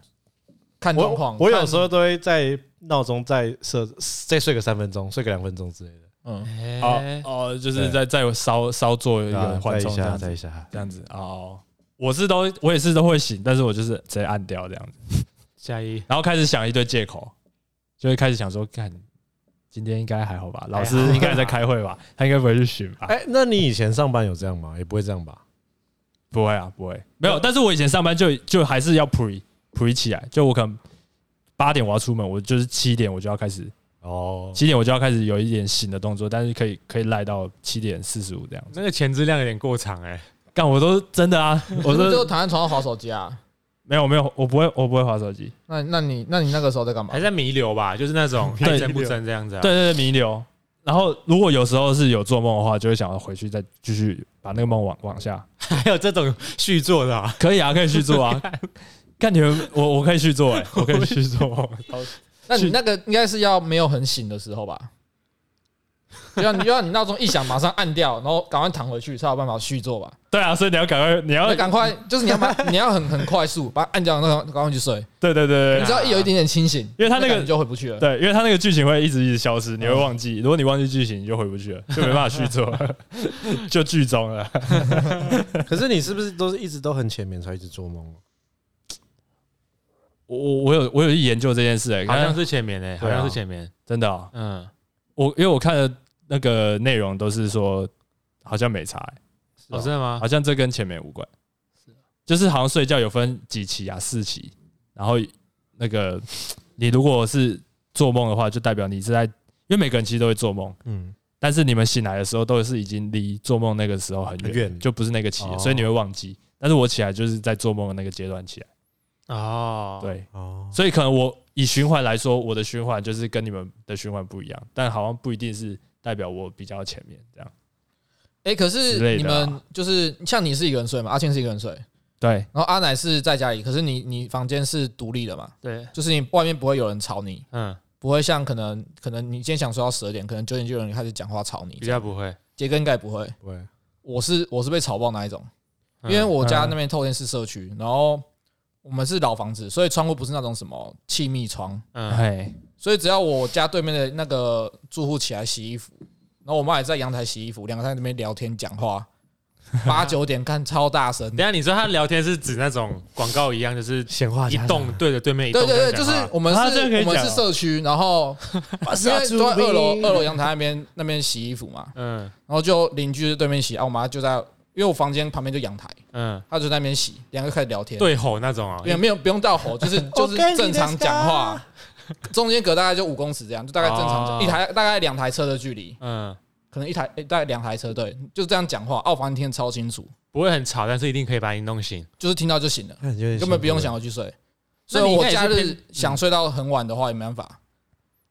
Speaker 3: 看状
Speaker 2: 我
Speaker 3: 况。
Speaker 2: 我有
Speaker 3: 看
Speaker 2: 时候都会在闹钟再设再睡个三分钟，睡个两分钟之类的，
Speaker 3: 嗯，
Speaker 2: 啊
Speaker 1: 哦哦，就是在在稍稍做一
Speaker 2: 哎对啊
Speaker 1: 个缓
Speaker 2: 再
Speaker 1: 冲
Speaker 2: 一
Speaker 1: 这样
Speaker 2: 下，
Speaker 1: 子
Speaker 2: 再一下。
Speaker 1: 这样子哦。我是都我也是都会醒，但是我就是直接按掉这样子，
Speaker 4: 下一
Speaker 1: 然后开始想一堆借口，就会开始想说，看今天应该还好吧，老师
Speaker 4: 还好吧
Speaker 1: 应该在开会吧，他应该不会去巡吧？
Speaker 2: 哎，那你以前上班有这样吗？也不会这样吧？
Speaker 1: 不会啊，不会，没有。但是我以前上班就就还是要 pre pre 起来，就我可能八点我要出门，我就是七点我就要开始，
Speaker 2: 哦，
Speaker 1: 七点我就要开始有一点醒的动作，但是可以可以赖到七点四十五这样子。
Speaker 4: 那个前置量有点过长哎、
Speaker 1: 干，我都真的 啊，我
Speaker 3: 我是就
Speaker 1: 都
Speaker 3: 躺在床上划手机啊。
Speaker 1: 没有没有，我不会我不会划手机。
Speaker 3: 那那你那你那个时候在干嘛
Speaker 4: 还？在弥留吧，就是那种
Speaker 1: 对
Speaker 4: 爱争不争这样子、啊。
Speaker 1: 对，对对，弥留。然后如果有时候是有做梦的话，就会想要回去再继续把那个梦往往下。
Speaker 4: 还有这种续作的、啊，
Speaker 1: 可以啊，可以去做 啊。看你们，我我可以去做哎、我可以去做 梦。
Speaker 3: 那你那个应该是要没有很醒的时候吧？就像你就像你闹钟一响，马上按掉，然后赶快躺回去，才有办法续做吧。
Speaker 1: 对啊，所以你要赶快，你要
Speaker 3: 那赶快，就是 你要把你要很很快速把它按掉，然后赶快去睡。
Speaker 1: 对对对对对
Speaker 3: 你只要一有一点点清醒，
Speaker 1: 因为他那个
Speaker 3: 感觉就回不去 了。
Speaker 1: 对，因为他那个剧情会一直一直消失，你会忘记。如果你忘记剧情，你就回不去了，就没办法续 做了，就剧终了。
Speaker 2: 可是你是不是都是一直都很浅眠才一直做梦？
Speaker 1: 我我我有我有去研究这件事哎、
Speaker 4: 好像
Speaker 1: 是
Speaker 4: 是前面哎、好
Speaker 2: 对啊
Speaker 4: 像是前面，
Speaker 1: 真的、哦。
Speaker 4: 嗯，
Speaker 1: 我因为我看的那个内容都是说，好像没差、欸。
Speaker 4: 哦，真的吗？
Speaker 1: 好像这跟前面无关，就是啊好像睡觉有分几期啊，四期，然后那个你如果是做梦的话，就代表你是在，因为每个人其实都会做梦，
Speaker 2: 嗯，
Speaker 1: 但是你们醒来的时候都是已经离做梦那个时候很
Speaker 2: 很
Speaker 1: 远，
Speaker 2: 远
Speaker 1: 就不是那个期了，
Speaker 2: 哦
Speaker 1: 所以你会忘记。但是我起来就是在做梦的那个阶段起来，
Speaker 4: 哦，，
Speaker 1: 对，
Speaker 2: 哦，
Speaker 1: 所以可能我以循环来说，我的循环就是跟你们的循环不一样，但好像不一定是代表我比较前面这样。
Speaker 3: 哎、可
Speaker 1: 之类
Speaker 3: 是
Speaker 1: 的
Speaker 3: 你
Speaker 1: 啊
Speaker 3: 们就是像你是一个人睡嘛，阿庆是一个人睡，
Speaker 1: 对，
Speaker 3: 然后阿奶是在家里，可是你你房间是独立的嘛，
Speaker 4: 对，
Speaker 3: 就是你外面不会有人吵你，
Speaker 4: 嗯，
Speaker 3: 不会像可能可能你今天想睡到十二点，可能九点就有人开始讲话吵你
Speaker 4: 比。较不会，
Speaker 3: 杰哥应该也不会，
Speaker 2: 不会，
Speaker 3: 我是我是被吵爆那一种，因
Speaker 4: 嗯
Speaker 3: 为我家那边透天是社区，然后我们是老房子，所以窗户不是那种什么气密窗，
Speaker 4: 嗯，
Speaker 1: 哎，
Speaker 3: 所以只要我家对面的那个住户起来洗衣服，然后我妈也在阳台洗衣服，两个在那边聊天讲话，八九点看超大声。
Speaker 4: 等一下你说他聊天是指那种广告一样，就是
Speaker 2: 闲话
Speaker 4: 一栋对着对面一栋
Speaker 3: 对
Speaker 4: 这
Speaker 3: 对
Speaker 4: 样
Speaker 3: 对，
Speaker 4: 讲
Speaker 3: 就
Speaker 4: 话，
Speaker 3: 是我们
Speaker 1: 啊这个可
Speaker 3: 是
Speaker 1: 以
Speaker 3: 我
Speaker 1: 讲哦啊
Speaker 3: 们是社区，然后因为都在二楼二楼阳台那边那边洗衣服嘛，
Speaker 4: 嗯
Speaker 3: 然后就邻居对面洗，啊，我妈就在，因为我房间旁边就阳台，
Speaker 4: 嗯，
Speaker 3: 她就在那边洗，两个开始聊天，
Speaker 4: 对吼那种啊
Speaker 3: 没，有没有不用到吼，就是就是正常讲话，中间隔大概就五公尺这样，就大概正常
Speaker 4: 哦
Speaker 3: 讲，一台大概两台车的距离，
Speaker 4: 嗯，
Speaker 3: 可能一台、诶大概两台车对，就这样讲话，澳房听得超清楚，
Speaker 4: 不会很吵，但是一定可以把你弄醒。
Speaker 3: 就是听到就醒了，
Speaker 2: 看有点
Speaker 3: 根本不用想，回去睡。
Speaker 4: 那
Speaker 3: 所以
Speaker 4: 你应
Speaker 3: 我
Speaker 4: 该也
Speaker 3: 假
Speaker 4: 是
Speaker 3: 日
Speaker 4: 偏
Speaker 3: 想睡到很晚的话也没办法，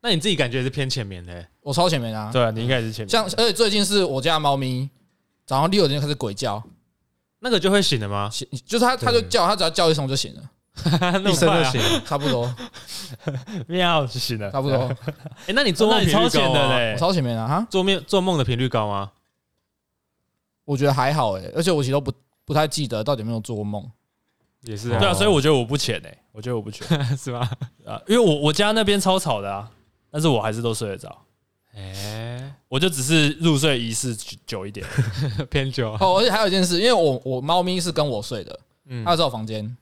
Speaker 4: 那你自己感觉是偏前面的欸、
Speaker 3: 我超前面啊，
Speaker 1: 对啊，你应该也是前面。
Speaker 3: 像而且最近是我家的猫咪早上六点就开始鬼叫，
Speaker 4: 那个就会醒 的吗？
Speaker 3: 醒就是它它就
Speaker 2: 对
Speaker 3: 叫，它只要叫一声我就醒了，
Speaker 4: 那
Speaker 2: 一
Speaker 4: 么
Speaker 2: 声
Speaker 4: 快
Speaker 2: 就
Speaker 4: 啊！
Speaker 2: 醒，
Speaker 3: 差不多
Speaker 1: 喵就行了，
Speaker 3: 差不多，
Speaker 4: 哎、那你做梦
Speaker 1: 那你
Speaker 4: 频
Speaker 1: 超
Speaker 4: 率
Speaker 1: 前
Speaker 4: 高
Speaker 1: 的
Speaker 4: 吗？
Speaker 1: 嘞
Speaker 3: 我，超前面啊哈。
Speaker 4: 做面做梦的频率高吗？
Speaker 3: 我觉得还好哎、而且我其实都不不太记得到底有没有做过梦。
Speaker 4: 也是
Speaker 1: 对
Speaker 4: 啊，
Speaker 1: 啊，所以我觉得我不浅哎、我觉得我不浅
Speaker 4: 是吗？
Speaker 1: 啊，因为我我家那边超吵的啊，但是我还是都睡得着，
Speaker 4: 哎、
Speaker 1: 我就只是入睡仪式久一点。
Speaker 4: 偏久。
Speaker 3: 哦，而且还有一件事，因为我我猫咪是跟我睡的，
Speaker 4: 嗯
Speaker 3: 它在我房间，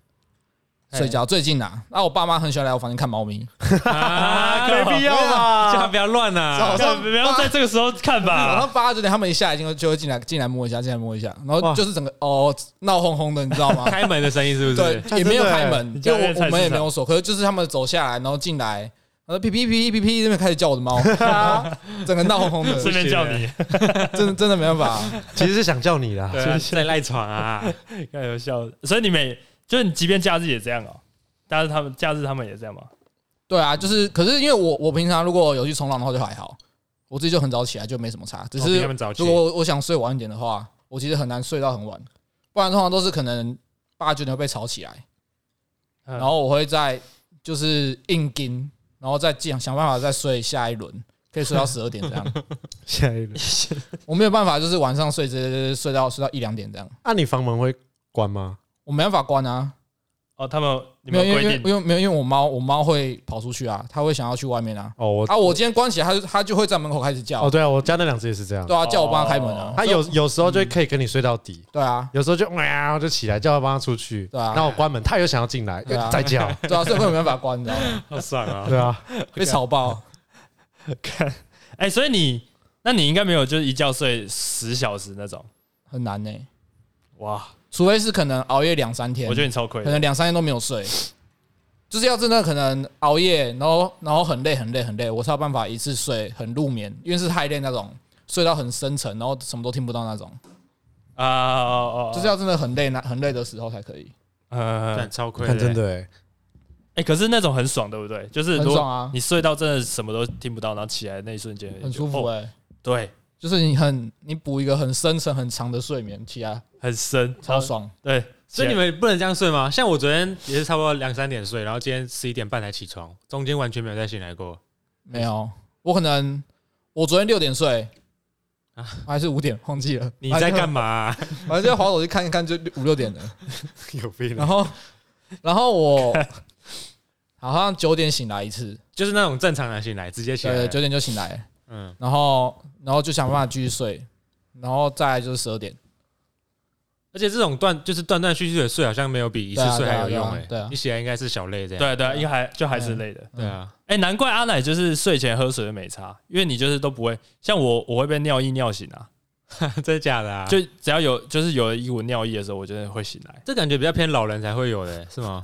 Speaker 3: 睡觉。最近啊，那我爸妈很喜欢来我房间看猫咪，
Speaker 4: 啊，没必要吧？千万不要乱啊！
Speaker 3: 早上
Speaker 1: 不要在这个时候看
Speaker 3: 早
Speaker 1: 吧。
Speaker 3: 上八九点他们一下已经就会进来进来摸一下，进来摸一下，然后
Speaker 2: 哇
Speaker 3: 就是整个哦闹哄哄的，你知道吗？
Speaker 4: 开门的声音是不
Speaker 3: 对
Speaker 4: 是？，
Speaker 2: 啊
Speaker 3: 也没有
Speaker 2: 真的欸
Speaker 3: 开门，
Speaker 1: 家
Speaker 3: 就
Speaker 1: 在菜
Speaker 3: 我我
Speaker 1: 市
Speaker 3: 们也
Speaker 1: 场
Speaker 3: 没有锁，可是就是他们走下来，然后进来，然后噼噼噼噼噼，那边开始叫我的猫，整个闹哄哄的，
Speaker 1: 顺便叫你，
Speaker 3: 真的真的没办法，
Speaker 2: 其实是想叫你啦，
Speaker 4: 对啊，在赖床啊！
Speaker 1: 看有笑的。所以你每就是你，即便假日也这样哦、但是他们假日他们也这样嘛。
Speaker 3: 对啊，就是可是因为我我平常如果有去冲浪的话就还好，我自己就很早起来就没什么差，只
Speaker 4: 哦比
Speaker 3: 是
Speaker 4: 他们早起
Speaker 3: 如果我我想睡晚一点的话，我其实很难睡到很晚，不然通常都是可能八九点会被吵起来，
Speaker 1: 嗯
Speaker 3: 然后我会在就是硬盯，然后再想想办法再睡下一轮，可以睡到十二点这样。
Speaker 2: 下一 轮。
Speaker 3: 我没有办法，就是晚上睡，直接睡到睡到一两点这样，
Speaker 2: 那啊你房门会关吗？
Speaker 3: 我没办法关啊。
Speaker 1: 哦，他们你
Speaker 3: 没
Speaker 1: 们
Speaker 3: 有，因
Speaker 1: 有
Speaker 3: 为
Speaker 1: 规定
Speaker 3: 因为因为没有，因为我猫，我猫会跑出去啊，它会想要去外面啊。
Speaker 2: 哦，我
Speaker 3: 啊，我今天关起来，它就它就会在门口开始
Speaker 2: 哦，
Speaker 3: 叫，
Speaker 2: 对啊，嗯我家那两只也是这样
Speaker 3: 对。啊，叫我帮它开门
Speaker 1: 哦
Speaker 3: 啊。
Speaker 2: 他有有时候就可以跟你睡到底，
Speaker 3: 对啊，
Speaker 2: 有时候就喵就起来叫他帮他出去，
Speaker 3: 对啊
Speaker 2: 然后我关门，他又想要进来，
Speaker 3: 对啊
Speaker 2: 又再 叫，
Speaker 3: 对啊，所以我也没办法关，你知 道吗？
Speaker 4: 好爽啊！
Speaker 2: 对啊，
Speaker 3: 被吵爆，
Speaker 1: 看，哎、所以你那你应该没有就是一觉睡十小时那种。
Speaker 3: 很难呢、
Speaker 1: 哇，
Speaker 3: 除非是可能熬夜两三天，
Speaker 1: 我觉得你超亏
Speaker 3: 可
Speaker 1: 的。
Speaker 3: 能两三天都没有睡，就是要真的可能熬夜，然后然后很累很累很累，我才有办法一次睡很入眠，因为是太累那种，睡到很深沉，然后什么都听不到那种。
Speaker 1: 啊哦哦，
Speaker 3: 就是要真的很累、那很累的时候才可以，
Speaker 1: 呃，哎
Speaker 4: 但、超亏，
Speaker 2: 看真，的欸，
Speaker 1: 可是那种很爽，对不对？就是
Speaker 3: 很
Speaker 1: 如
Speaker 3: 爽
Speaker 1: 果
Speaker 3: 啊，
Speaker 1: 你睡到真的什么都听不到，然后起来那一瞬间
Speaker 3: 很舒服
Speaker 1: 哦
Speaker 3: 哎、
Speaker 1: 对，
Speaker 3: 就是你很你补一个很深层、很长的睡眠，起来
Speaker 1: 很深，
Speaker 3: 超爽。
Speaker 1: 对。
Speaker 4: 所以你们不能这样睡吗？像我昨天也是差不多两三点睡，然后今天十一点半才起床，中间完全没有再醒来过。
Speaker 3: 没有，我可能我昨天六点睡
Speaker 4: 啊
Speaker 3: 还是五点忘记了。
Speaker 4: 你在干嘛 啊？
Speaker 3: 反正？ 反正就滑手机看一看，就五六点了。
Speaker 2: 有病
Speaker 4: 啊
Speaker 3: 然后然后我好像九点醒来一次，
Speaker 4: 就是那种正常人醒来，直接起来
Speaker 3: 对，。九点就醒来了，
Speaker 4: 嗯，
Speaker 3: 然后然后就想办法继续睡，然后再来就是十二点。
Speaker 4: 而且这种断就是断断续续的睡，好像没有比一次睡还有用
Speaker 3: 对啊
Speaker 4: 哎。
Speaker 3: 对啊对啊
Speaker 4: 你起来应该是小累这样。
Speaker 1: 对对，应该还就还是累的。
Speaker 4: 啊对啊，
Speaker 1: 哎、难怪阿奶就是睡前喝水就没差，因为你就是都不会像我，我会被尿意尿醒啊。
Speaker 4: 真的假的啊？就
Speaker 1: 就只要有就是有一股尿意的时候，我就会醒来
Speaker 4: 这感觉比较偏老人才会有的欸，是吗？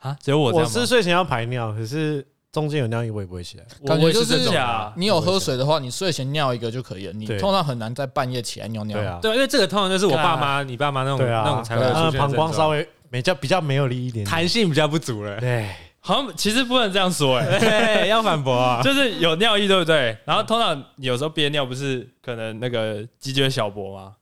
Speaker 1: 啊。只有我这
Speaker 2: 我
Speaker 1: 样吗
Speaker 2: 是睡前要排尿，可是中间有尿意我也不会起来，
Speaker 3: 感觉
Speaker 1: 我也
Speaker 3: 就是
Speaker 1: 这种的啊
Speaker 4: 假
Speaker 3: 你有喝水的话，你睡前尿一个就可以了。你
Speaker 2: 对
Speaker 3: 通常很难在半夜起来尿尿。
Speaker 2: 对啊，
Speaker 4: 对，因为这个通常就是我爸 妈、你爸妈那种
Speaker 2: 对啊，
Speaker 4: 那种才会
Speaker 2: 他
Speaker 4: 出
Speaker 2: 们
Speaker 4: 现。
Speaker 2: 膀胱稍
Speaker 4: 微
Speaker 2: 微比较比较没有力一点点，
Speaker 4: 弹性比较不足了，
Speaker 2: 对，
Speaker 1: 好像其实不能这样 说哎、
Speaker 4: 对，要反驳啊。
Speaker 1: 就是有尿意对不对？然后通常有时候憋尿不是可能那个肌腱小搏吗？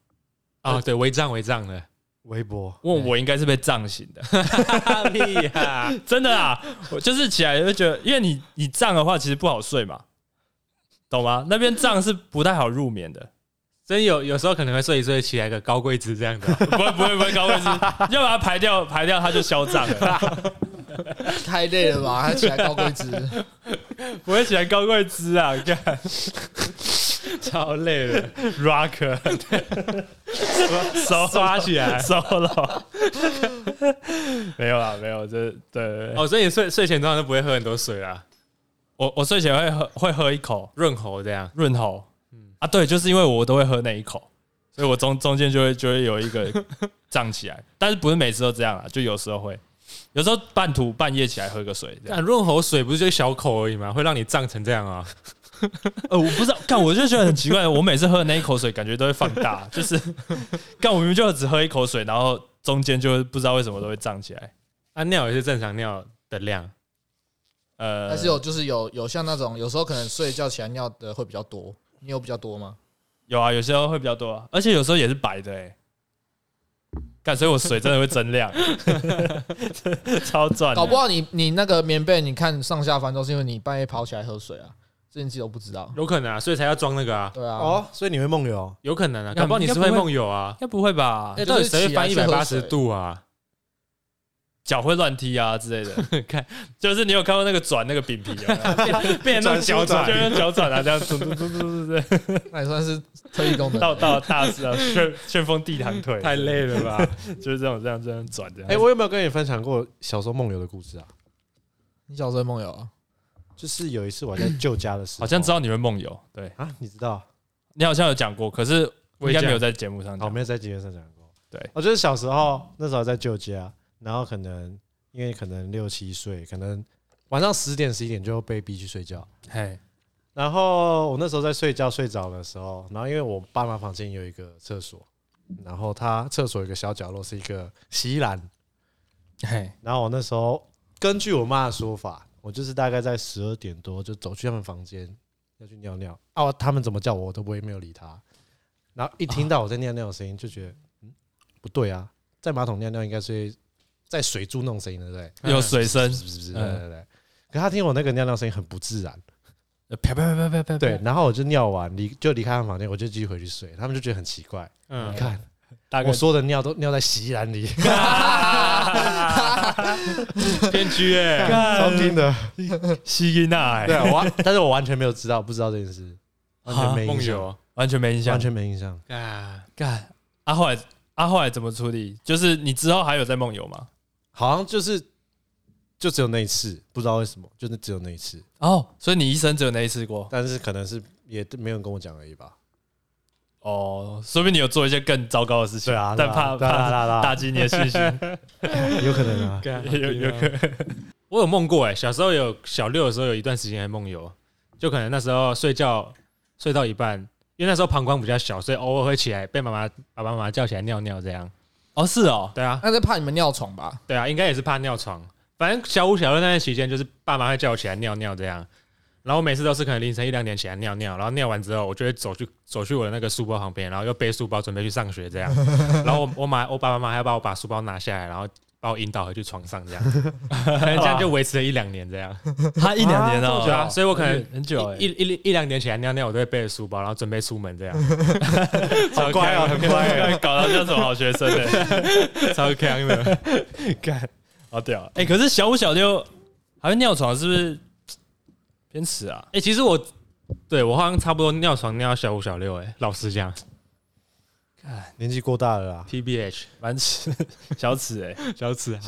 Speaker 4: 哦，对，违章违章的，
Speaker 2: 微波，
Speaker 1: 问我应该是被胀醒的，
Speaker 4: 屁呀！
Speaker 1: 真的啊！我就是起来就觉得，因为你你胀的话其实不好睡嘛，懂吗？那边胀是不太好入眠的，
Speaker 4: 真有有时候可能会睡一睡起来个高贵子这样的，
Speaker 1: 不会不会不会高位置，要把它排掉排掉，它就消胀了，
Speaker 3: 太累了吧？还起来高规值，
Speaker 1: 不会起来高贵姿啊，看
Speaker 4: 超累的，
Speaker 1: rock 手
Speaker 4: 刷起来。
Speaker 1: solo，没有啦没有，这对对对
Speaker 4: 哦，所以你睡睡前通常都不会喝很多水啦，
Speaker 1: 我我睡前会喝会喝一口
Speaker 4: 润喉这样。
Speaker 1: 润喉，啊，对，就是因为我都会喝那一口，所以我中中间就会就会有一个胀起来，但是不是每次都这样啊，就有时候会，有时候半途半夜起来喝个啊水，这样
Speaker 4: 但润喉水不是就一小口而已吗？会让你胀成这样啊？
Speaker 1: 呃，我不知道，干我就觉得很奇怪，我每次喝的那一口水感觉都会放大，就是干我明明就只喝一口水，然后中间就不知道为什么都会胀起来，
Speaker 4: 啊，尿也是正常尿的量，
Speaker 1: 呃，
Speaker 3: 但是有就是有有像那种有时候可能睡觉起来尿的会比较多，你有比较多吗？
Speaker 1: 有啊，有时候会比较多、啊，而且有时候也是白的哎、欸。干，所以我水真的会增量， 超赚的。
Speaker 3: 搞不好你你那个棉被，你看上下翻都是因为你半夜跑起来喝水啊，这你自己都不知道。
Speaker 4: 有可能啊，所以才要装那个啊，
Speaker 3: 对啊，
Speaker 2: 哦，所以你会梦游，
Speaker 4: 有可能啊，
Speaker 1: 那
Speaker 4: 搞不好你是
Speaker 1: 应该
Speaker 4: 会
Speaker 1: 不会
Speaker 4: 梦游啊
Speaker 1: 应。该不会吧
Speaker 4: 哎，？
Speaker 3: 就是
Speaker 4: 到底谁会翻一
Speaker 3: 起来去
Speaker 4: 百
Speaker 3: 喝
Speaker 4: 八
Speaker 3: 水
Speaker 4: 十度啊？
Speaker 1: 脚会乱踢啊之类的。看，就是你有看过那个转那个饼皮有没有变变成那
Speaker 2: 转
Speaker 1: 个
Speaker 2: 小转
Speaker 1: 就用脚转啊，这样嘟嘟嘟嘟嘟嘟，
Speaker 3: 那也算是特异功能。
Speaker 1: 到到大师啊，旋旋风地堂腿，
Speaker 4: 太累了吧？
Speaker 1: 就是这种这样这样转这样。
Speaker 2: 哎、我有没有跟你分享过小时候梦游的故事啊？
Speaker 3: 你小时候梦游啊？
Speaker 2: 就是有一次我在舅家的时候，
Speaker 1: 好像知道你会梦游，对
Speaker 2: 啊，你知道？
Speaker 1: 你好像有讲过，可是
Speaker 4: 我
Speaker 1: 应
Speaker 4: 也
Speaker 1: 该没
Speaker 4: 讲
Speaker 1: 有在节目上
Speaker 2: 好，
Speaker 1: 讲。
Speaker 2: 哦没有在节目上讲过。哦
Speaker 1: 对
Speaker 2: 我就是小时候那时候在舅家，然后可能因为可能六七岁，可能晚上十点十一点就被逼去睡觉。
Speaker 1: 嘿，
Speaker 2: 然后我那时候在睡觉睡着的时候，然后因为我爸妈房间有一个厕所，然后他厕所有一个小角落是一个洗衣篮，
Speaker 1: 嘿，
Speaker 2: 然后我那时候根据我妈的说法，我就是大概在十二点多就走去他们房间要去尿尿啊，他们怎么叫我我都不会没有理他，然后一听到我在尿尿的声音就觉得嗯不对啊，在马桶尿尿应该是会在水柱那种声音对不对？
Speaker 1: 有水声，
Speaker 2: 是不是？对对对。可他听我那个尿尿声音很不自然，
Speaker 1: 呃啪啪啪啪啪啪，
Speaker 2: 对，，然后我就尿完离就离开他们房间，我就继续回去睡，他们就觉得很奇怪，
Speaker 4: 嗯
Speaker 2: 你，看
Speaker 1: 大概
Speaker 2: 我说的尿都尿在洗衣 篮里，
Speaker 4: 偏居哎，
Speaker 2: 超听的。
Speaker 1: 吸音啊，
Speaker 2: 对，
Speaker 1: 哎
Speaker 2: 我完 但是我完全没有知道，不知道这件事，完全没印
Speaker 4: 梦
Speaker 2: 象，
Speaker 4: 游
Speaker 1: 完全没印象
Speaker 2: 完。全没印象。
Speaker 4: 啊，
Speaker 1: 干，啊后来啊后来怎么处理？就是你之后还有在梦游吗？
Speaker 2: 好像就是就只有那一次，不知道为什么，就是只有那一次，
Speaker 1: 哦，所以你一生只有那一次过
Speaker 2: 但是可能是也没有人跟我讲而已吧。
Speaker 1: 哦，说明你有做一些更糟糕的事情，
Speaker 2: 对啊，
Speaker 1: 但怕
Speaker 2: 对啊
Speaker 1: 怕
Speaker 2: 对啊对啊
Speaker 1: 打击你的信心，
Speaker 2: 有可能啊。
Speaker 4: 干
Speaker 1: 有有可能
Speaker 4: 我有梦过哎、小时候有小六的时候有一段时间还梦游，就可能那时候睡觉睡到一半，因为那时候膀胱比较小，所以偶尔会起来被妈妈爸爸妈妈叫起来尿尿这样。
Speaker 1: 哦，是哦，
Speaker 4: 对啊，
Speaker 3: 那在怕你们尿床吧？
Speaker 4: 对啊，应该也是怕尿床。反正小五小六那段期间，就是爸妈会叫我起来尿尿这样。然后我每次都是可能凌晨一两点起来尿尿，然后尿完之后，我就会走去走去我的那个书包旁边，然后又背书包准备去上学 这样。然后我我妈我爸爸妈妈还要把我把书包拿下来，然后把我引导回去床上这样，可能这样就维持了一两年这样。
Speaker 1: 他一两年
Speaker 4: 对啊，
Speaker 1: 哦，
Speaker 4: 所以我可能
Speaker 1: 很很久哎
Speaker 4: 一一一一两年起来尿尿，我都会背着书包，然后准备出门这样。
Speaker 1: 哎
Speaker 2: 好乖
Speaker 1: 啊
Speaker 4: 啊
Speaker 2: 哦，很乖哦。
Speaker 1: 搞到像什么好学生欸的，
Speaker 4: 超强 的，
Speaker 1: 干，好屌！哎，可是小五小六还会尿床，是不是偏迟啊？
Speaker 4: 哎、其实我对我好像差不多尿床尿到小五小六、欸，哎，老实 讲
Speaker 2: 年纪过大 了啦，
Speaker 4: ，TBH
Speaker 1: 蛮迟， 小迟哎，
Speaker 4: 小此、啊，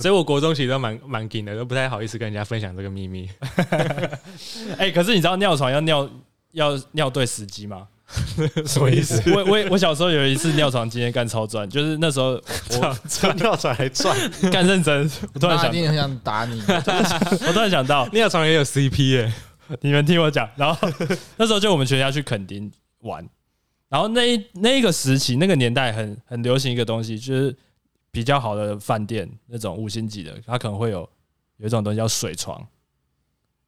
Speaker 4: 所以我国中其实都蛮蛮紧的，都不太好意思跟人家分享这个秘密。
Speaker 1: 哎，可是你知道尿床要尿要尿对时机吗？
Speaker 2: 什么意思？
Speaker 1: 我我我小时候有一次尿床经验干超赚，就是那时候我
Speaker 2: 这尿床 还转，
Speaker 1: 干认真，我突然
Speaker 3: 那一
Speaker 1: 想，
Speaker 3: 定很想打你。
Speaker 1: 我突然想到，
Speaker 4: 尿床也有 CP 哎、
Speaker 1: 你们听我讲。然 后那时候就我们全家去垦丁玩，然后那一那一个时期那个年代很很流行一个东西，就是比较好的饭店那种五星级的，它可能会有有一种东西叫水床，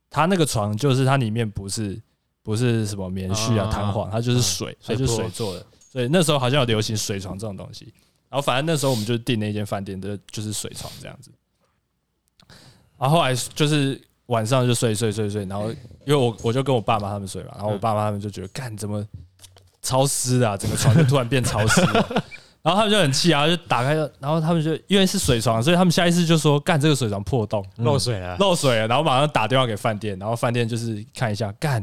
Speaker 1: 它那个床就是它里面不是不是什么棉絮啊
Speaker 4: 啊
Speaker 1: 弹簧，它就是水，它
Speaker 4: 水
Speaker 1: 就是
Speaker 4: 波
Speaker 1: 水做的。所以那时候好像有流行水床这种东西。然后反正那时候我们就订那间饭店的就是水床这样子。然后后来就是晚上就睡睡睡睡，然后因为我我就跟我爸妈他们睡嘛，然后我爸妈他们就觉得干怎么潮湿啊，整个床就突然变潮湿了。然后他们就很气啊，就打开，然后他们就因为是水床，所以他们下意识就说：“干，这个水床破洞，
Speaker 4: 嗯漏水了，
Speaker 1: 漏水了，然后马上打电话给饭店，然后饭店就是看一下，干，